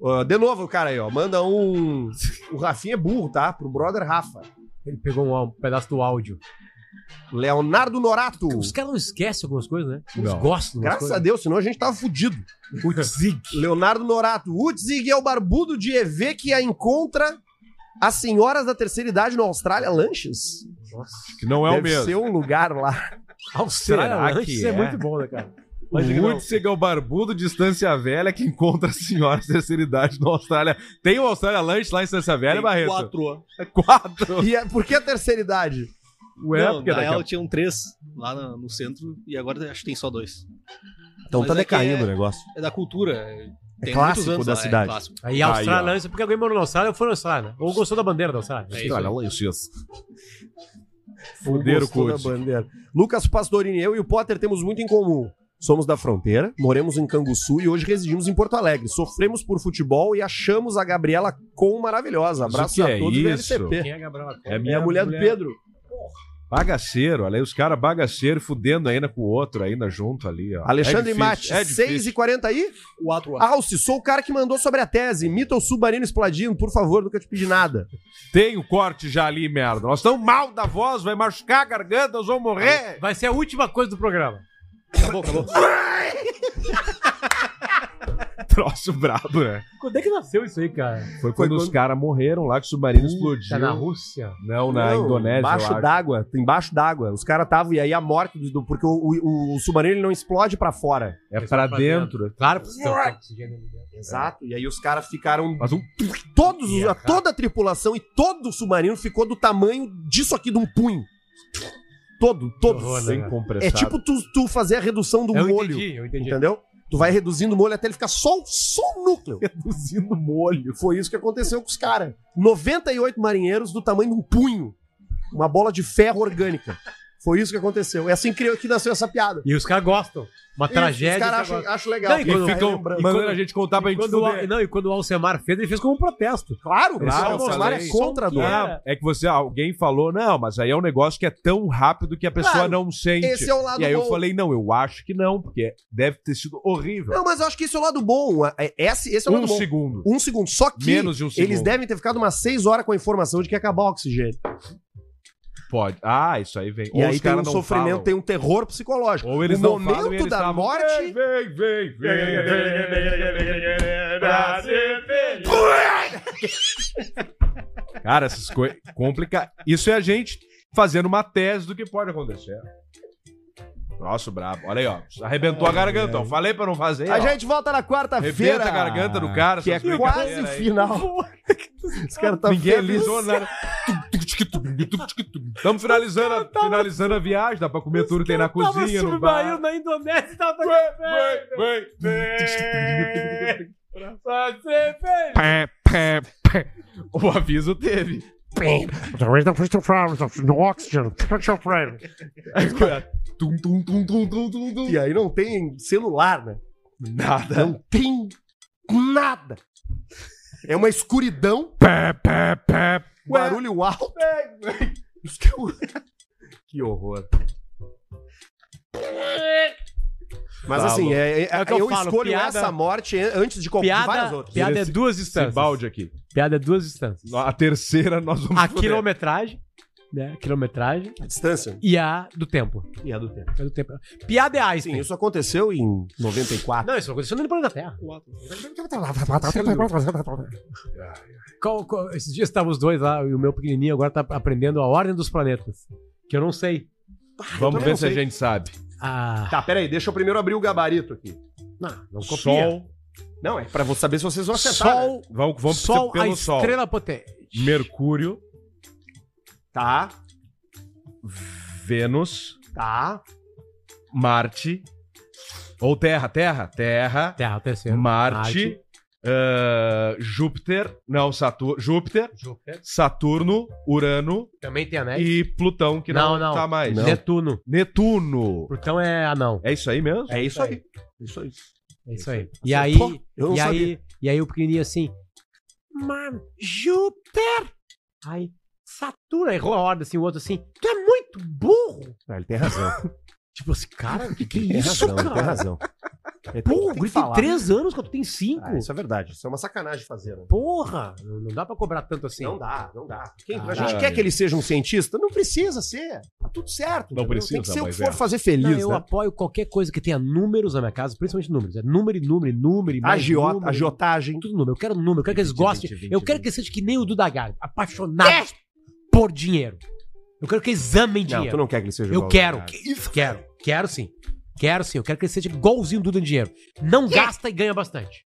A: Ah, de novo, o cara aí, ó. Manda um. O Rafinha é burro, tá? Pro brother Rafa.
C: Ele pegou um, um pedaço do áudio.
A: Leonardo Norato.
C: Os caras não esquecem algumas coisas, né? Eles
B: Não.
C: gostam. de umas
A: Graças a Deus, senão a gente tava fudido.
C: coisas. O Zig.
A: Leonardo Norato. Utzig é o barbudo de EV que a encontra as senhoras da terceira idade na Austrália Lanches.
B: Que não é o
A: Deve
B: mesmo.
A: ser um lugar lá.
C: Austrália,
B: Será que
C: isso é?
B: é?
C: muito bom, né, cara?
B: O Woodsig é o barbudo de Estância Velha que encontra senhoras de terceira idade na Austrália. Tem o Austrália Lanche lá em Estância Velha, Barreto?
H: Quatro.
B: É quatro.
A: E é, por que a terceira idade?
B: Ué,
C: é
H: não,
B: É, porque
H: na
B: daqui a
H: real tinham três lá na- no centro e agora acho que tem só dois.
A: Então
H: Mas
A: tá
H: é que
A: decaindo
H: é-
A: o negócio.
H: É da cultura. É, tem muitos
A: clássico
H: anos
A: da
H: lá, é
A: cidade.
H: clássico.
C: Aí a Austrália, isso é porque alguém morou na Austrália ou foi na Austrália. né? Ou gostou da bandeira da Austrália.
H: É isso aí.
B: Lanches. Fuderam
A: Gostou
B: com o
A: da bandeira. Lucas Pastorini, eu e o Potter temos muito em comum. Somos da fronteira, moremos em Canguçu e hoje residimos em Porto Alegre. Sofremos por futebol e achamos a Gabriela com maravilhosa.
B: Mas o
A: Abraço
B: que
A: a
B: é
A: todos
B: isso?
A: do LCP.
C: Quem é Gabriela Costa?
B: É
A: É a mulher, do Pedro.
B: Bagaceiro, olha aí, os caras bagaceiro fudendo ainda com o outro, ainda junto ali, ó.
A: Alexandre
B: é difícil,
A: Mate,
B: é difícil.
A: 6h40 aí?
H: Quatro.
A: Alce, sou o cara que mandou sobre a tese. Imita o submarino explodindo, por favor, nunca te pedi nada.
B: Tem o corte já ali, merda. Nós estamos mal da voz, vai machucar a garganta, nós vamos morrer.
C: Vai ser a última coisa do programa.
H: Acabou, acabou.
B: Troço brabo, né?
C: Quando é que nasceu isso aí, cara?
B: Foi quando os caras morreram lá que o submarino explodiu.
C: Tá na Rússia.
B: Não, na
A: Não,
B: Indonésia, eu
A: Embaixo
B: acho.
A: d'água, embaixo d'água. Os caras estavam, e aí a morte do. do- porque o, o- o submarino ele não explode pra fora.
B: É pra dentro.
C: Claro, precisa ter oxigênio ali dentro.
A: Exato. E aí os caras ficaram.
B: Mas um
A: Todos, os-
C: E é a cara-
A: toda a tripulação e todo o submarino ficou do tamanho disso aqui, de um punho. Todo, todo.
C: horror, né?
B: sem
A: É
B: compressado.
A: tipo tu, tu fazer a redução do
C: Eu
A: molho.
C: entendi, eu entendi.
A: Entendeu? Tu vai reduzindo o molho até ele ficar só, só o núcleo.
B: reduzindo molho.
A: Foi isso que aconteceu com os caras. 98 marinheiros do tamanho de um punho. Uma bola de ferro orgânica. Foi isso que aconteceu. É assim que, que nasceu essa piada.
C: E os caras gostam. Uma tragédia.
A: Os caras
C: os caras
A: acham,
C: gostam.
A: acham legal.
C: Não, e
B: E
C: Quando vai
B: ficam
A: lembrando.
B: mandando
C: quando-
B: a gente contar pra gente
C: Quando o Al-
B: fuder.
C: não, e quando o Alcemar fez, ele fez como um protesto.
A: Claro,
B: Claro,
A: claro. O
B: eu
A: Bolsonaro é
B: falei.
A: contra a dor.
B: Ah, é que você, alguém falou, não, mas aí é um negócio que é tão rápido que a pessoa
A: Claro,
B: não sente.
A: Esse é o lado
B: e aí eu
A: bom.
B: falei, não, eu acho que não, porque deve ter sido horrível.
A: Não, mas eu acho que esse é o lado bom. É- Esse, esse é o lado
B: um
A: bom.
B: segundo.
A: Um segundo. Só que
B: Menos de um segundo.
A: eles devem ter ficado umas seis horas com a informação de que ia acabar o oxigênio.
B: Pode. Ah, isso aí vem.
A: E aí
B: os
A: tem
B: cara
A: um
B: não
A: sofrimento,
B: falam.
A: tem um terror psicológico.
B: Ou eles
A: o
B: não
A: momento
B: falam e eles
A: da
B: falam, "É,
A: morte. É.
B: Vem, vem, vem, vem, vem, vem, pra ser feliz." Cara, essas coisas complicadas. Isso é a gente fazendo uma tese do que pode acontecer. Nossa, brabo. Olha aí, ó. Arrebentou a garganta. ó. Falei pra não fazer.
A: A
B: ó.
A: gente volta na quarta-feira.
B: Arrebenta a garganta do cara.
A: Que é
B: essas
A: quase
B: brincadeiras aí.
A: final. Os caras tá
B: Ninguém
A: feliz.
B: avisou nada. Estamos finalizando, a- finalizando a viagem. Dá pra comer tudo, tem na cozinha, no bar.
C: na Indonésia e tava...
B: Vem, vem, vem. O aviso teve. Tum, tum, tum, tum, tum, tum, tum.
A: E aí não tem celular, né?
B: Nada.
A: Não tem nada. É uma escuridão,
B: Pé, pé, pé.
A: barulho alto. Os caras- que horror. Mas
B: Tá
A: assim,
B: louco.
A: é, é-
C: É o que eu
A: eu,
C: falo,
A: escolho
C: piada-
A: essa morte antes de qualquer várias
C: Piada,
A: outras.
C: piada é
B: Esse-
C: duas
B: Esse
C: distâncias.
B: balde aqui.
C: Piada é duas distâncias.
B: A terceira nós vamos
C: A
B: foder.
C: quilometragem, né? A Quilometragem
A: A distância
C: e a do tempo.
A: e a do tempo.
C: A do tempo. Piada é
A: Sim,
C: Einstein.
A: isso aconteceu em 94.
C: Não, isso é aconteceu no planeta Terra. Qual- qual- esses dias estavam os dois lá, e o meu pequenininho agora tá aprendendo a ordem dos planetas. Que eu não sei.
B: Vamos ver se a
A: sei.
B: gente sabe.
C: Ah,
A: Tá, peraí, deixa eu primeiro abrir o gabarito aqui.
C: não, não copia.
B: Sol.
A: Não, é pra vo- saber se vocês vão acertar. né?
C: Sol,
B: Vamos, vamos
C: sol a
B: pelo Sol.
C: estrela potente.
B: Mercúrio,
A: Tá,
B: Vênus,
A: tá.
B: Marte. Ou Terra, Terra, Terra,
C: Terra, o terceiro.
B: Marte, Ah, Júpiter, não, Saturno, Júpiter,
C: Júpiter.
B: Saturno, Urano
C: Também tem anéis.
B: e Plutão, que não,
C: É Não, não.
B: tá mais.
C: Netuno.
B: Netuno.
C: Plutão é anão.
B: É isso aí mesmo?
A: É isso aí. Isso aí.
C: É isso aí. E aí,
A: Pô, eu não
C: e
A: sabia.
C: aí, e aí o pequenininho assim, mano, Júpiter! Aí, Saturno, aí rola a horda assim, o outro assim, tu é muito burro!
A: Ah, ele tem razão.
C: Tipo assim, cara, que que
A: Tem
C: é isso,
A: razão, ele tem
C: cara?
A: razão. Ele tem-
C: Pô, o
A: tem que
C: Grifo tem
A: falar.
C: três anos, quando tu tem cinco.
A: Ah, isso é verdade. Isso é uma sacanagem fazer. né?
C: Porra, não não dá pra cobrar tanto assim.
A: Não dá, não dá. Quem- a
B: Caralho.
A: gente quer que ele seja um cientista? Não precisa ser. Tá tudo certo.
B: Não
A: entendeu?
B: precisa,
A: Tem que ser o que
B: mas
A: for
B: é.
A: fazer
C: Não,
A: feliz,
C: eu
A: né?
C: apoio qualquer coisa que tenha números na minha casa, principalmente números. É número e número, e número e mais
A: Agiota-
C: número.
A: agiotagem.
C: Tudo número. Eu quero número, eu quero que eles
B: 20,
C: gostem.
B: 20,
C: eu quero que eles sejam que nem o Duda Garbi, apaixonados por dinheiro. Eu quero que eles amem
A: É. Não,
C: dinheiro.
A: tu não quer que ele seja
C: eu
A: igual ao
C: quero.
A: Leonardo.
C: que- Quero. Quero sim. Quero sim. Eu quero que ele seja igualzinho o Duda em dinheiro. Não gasta e ganha bastante.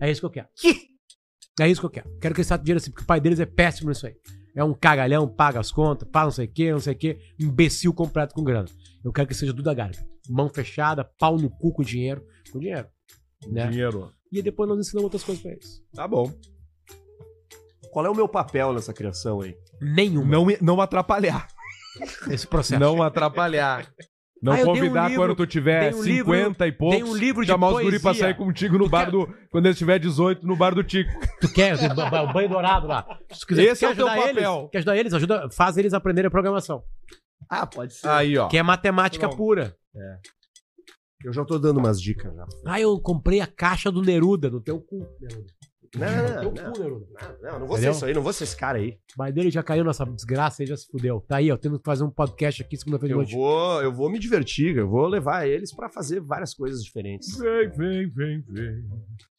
C: É isso que eu quero. É isso que eu quero. Quero que eles tratem dinheiro assim, porque o pai deles é péssimo nisso aí. É um cagalhão, paga as contas, paga não sei o que, não sei o que, imbecil comprado com grana. Eu quero que seja Duda Garbi. Mão fechada, pau no cu com dinheiro. Com dinheiro. Né?
B: Dinheiro.
C: E depois nós ensinamos outras coisas pra eles.
B: Tá bom.
A: Qual é o meu papel nessa criação aí?
C: Nenhuma.
B: Não, me- não atrapalhar.
C: Esse processo.
B: Não atrapalhar. Não
C: Ah, eu dei um
B: convidar
C: livro,
B: quando tu tiver
C: dei um
B: 50 e poucos.
C: Tem um livro de
B: chamar os
C: poesia.
B: guri pra sair contigo no bar do. Quando ele tiver 18, no bar do Tico.
C: Tu quer o ba- ba- o banho dourado lá. Se tu quiser,
B: Esse
C: tu
B: é
C: quer
B: o teu
C: ajudar
B: papel.
C: Eles, quer ajudar eles? Ajuda, faz eles aprenderem a programação.
A: Ah, pode ser.
B: Aí, ó.
C: Que é
A: Tá
C: matemática
B: Pronto.
C: pura.
A: Eu já tô dando umas dicas já.
C: Ah, eu comprei a caixa do Neruda, no teu cu, Neruda.
A: Não,
C: no
A: Ah, não,
C: teu cu, Neruda.
A: não, não, não vou
C: Entendeu?
A: ser isso aí, não vou ser esse cara aí.
C: Mas dele já caiu nessa desgraça, ele já se fudeu. Tá aí, ó. Temos que fazer um podcast aqui segunda-feira
A: Eu
C: de noite.
A: vou, eu vou me divertir, eu vou levar eles pra fazer várias coisas diferentes.
B: Vem, vem, vem, vem.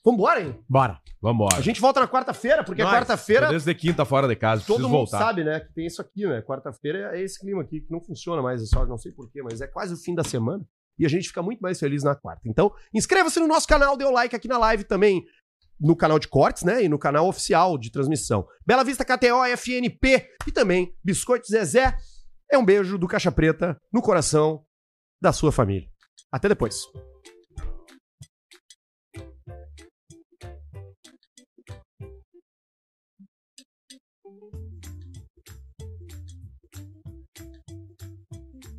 A: Vambora, hein?
C: Bora.
A: A
B: Vambora.
A: gente volta na quarta-feira, porque
B: Nós,
A: quarta-feira
B: Desde quinta fora de casa,
A: todo
B: preciso
A: mundo
B: voltar.
A: sabe, né, que tem isso aqui, né? Quarta-feira é esse clima aqui que não funciona mais, é só não sei porquê, mas é quase o fim da semana e a gente fica muito mais feliz na quarta. Então, inscreva-se no nosso canal, dê o like aqui na live também. No canal de cortes, né? E no canal oficial de transmissão. Bela Vista KTO, FNP e também Biscoito Zezé. É um beijo do Caixa Preta no coração da sua família. Até depois.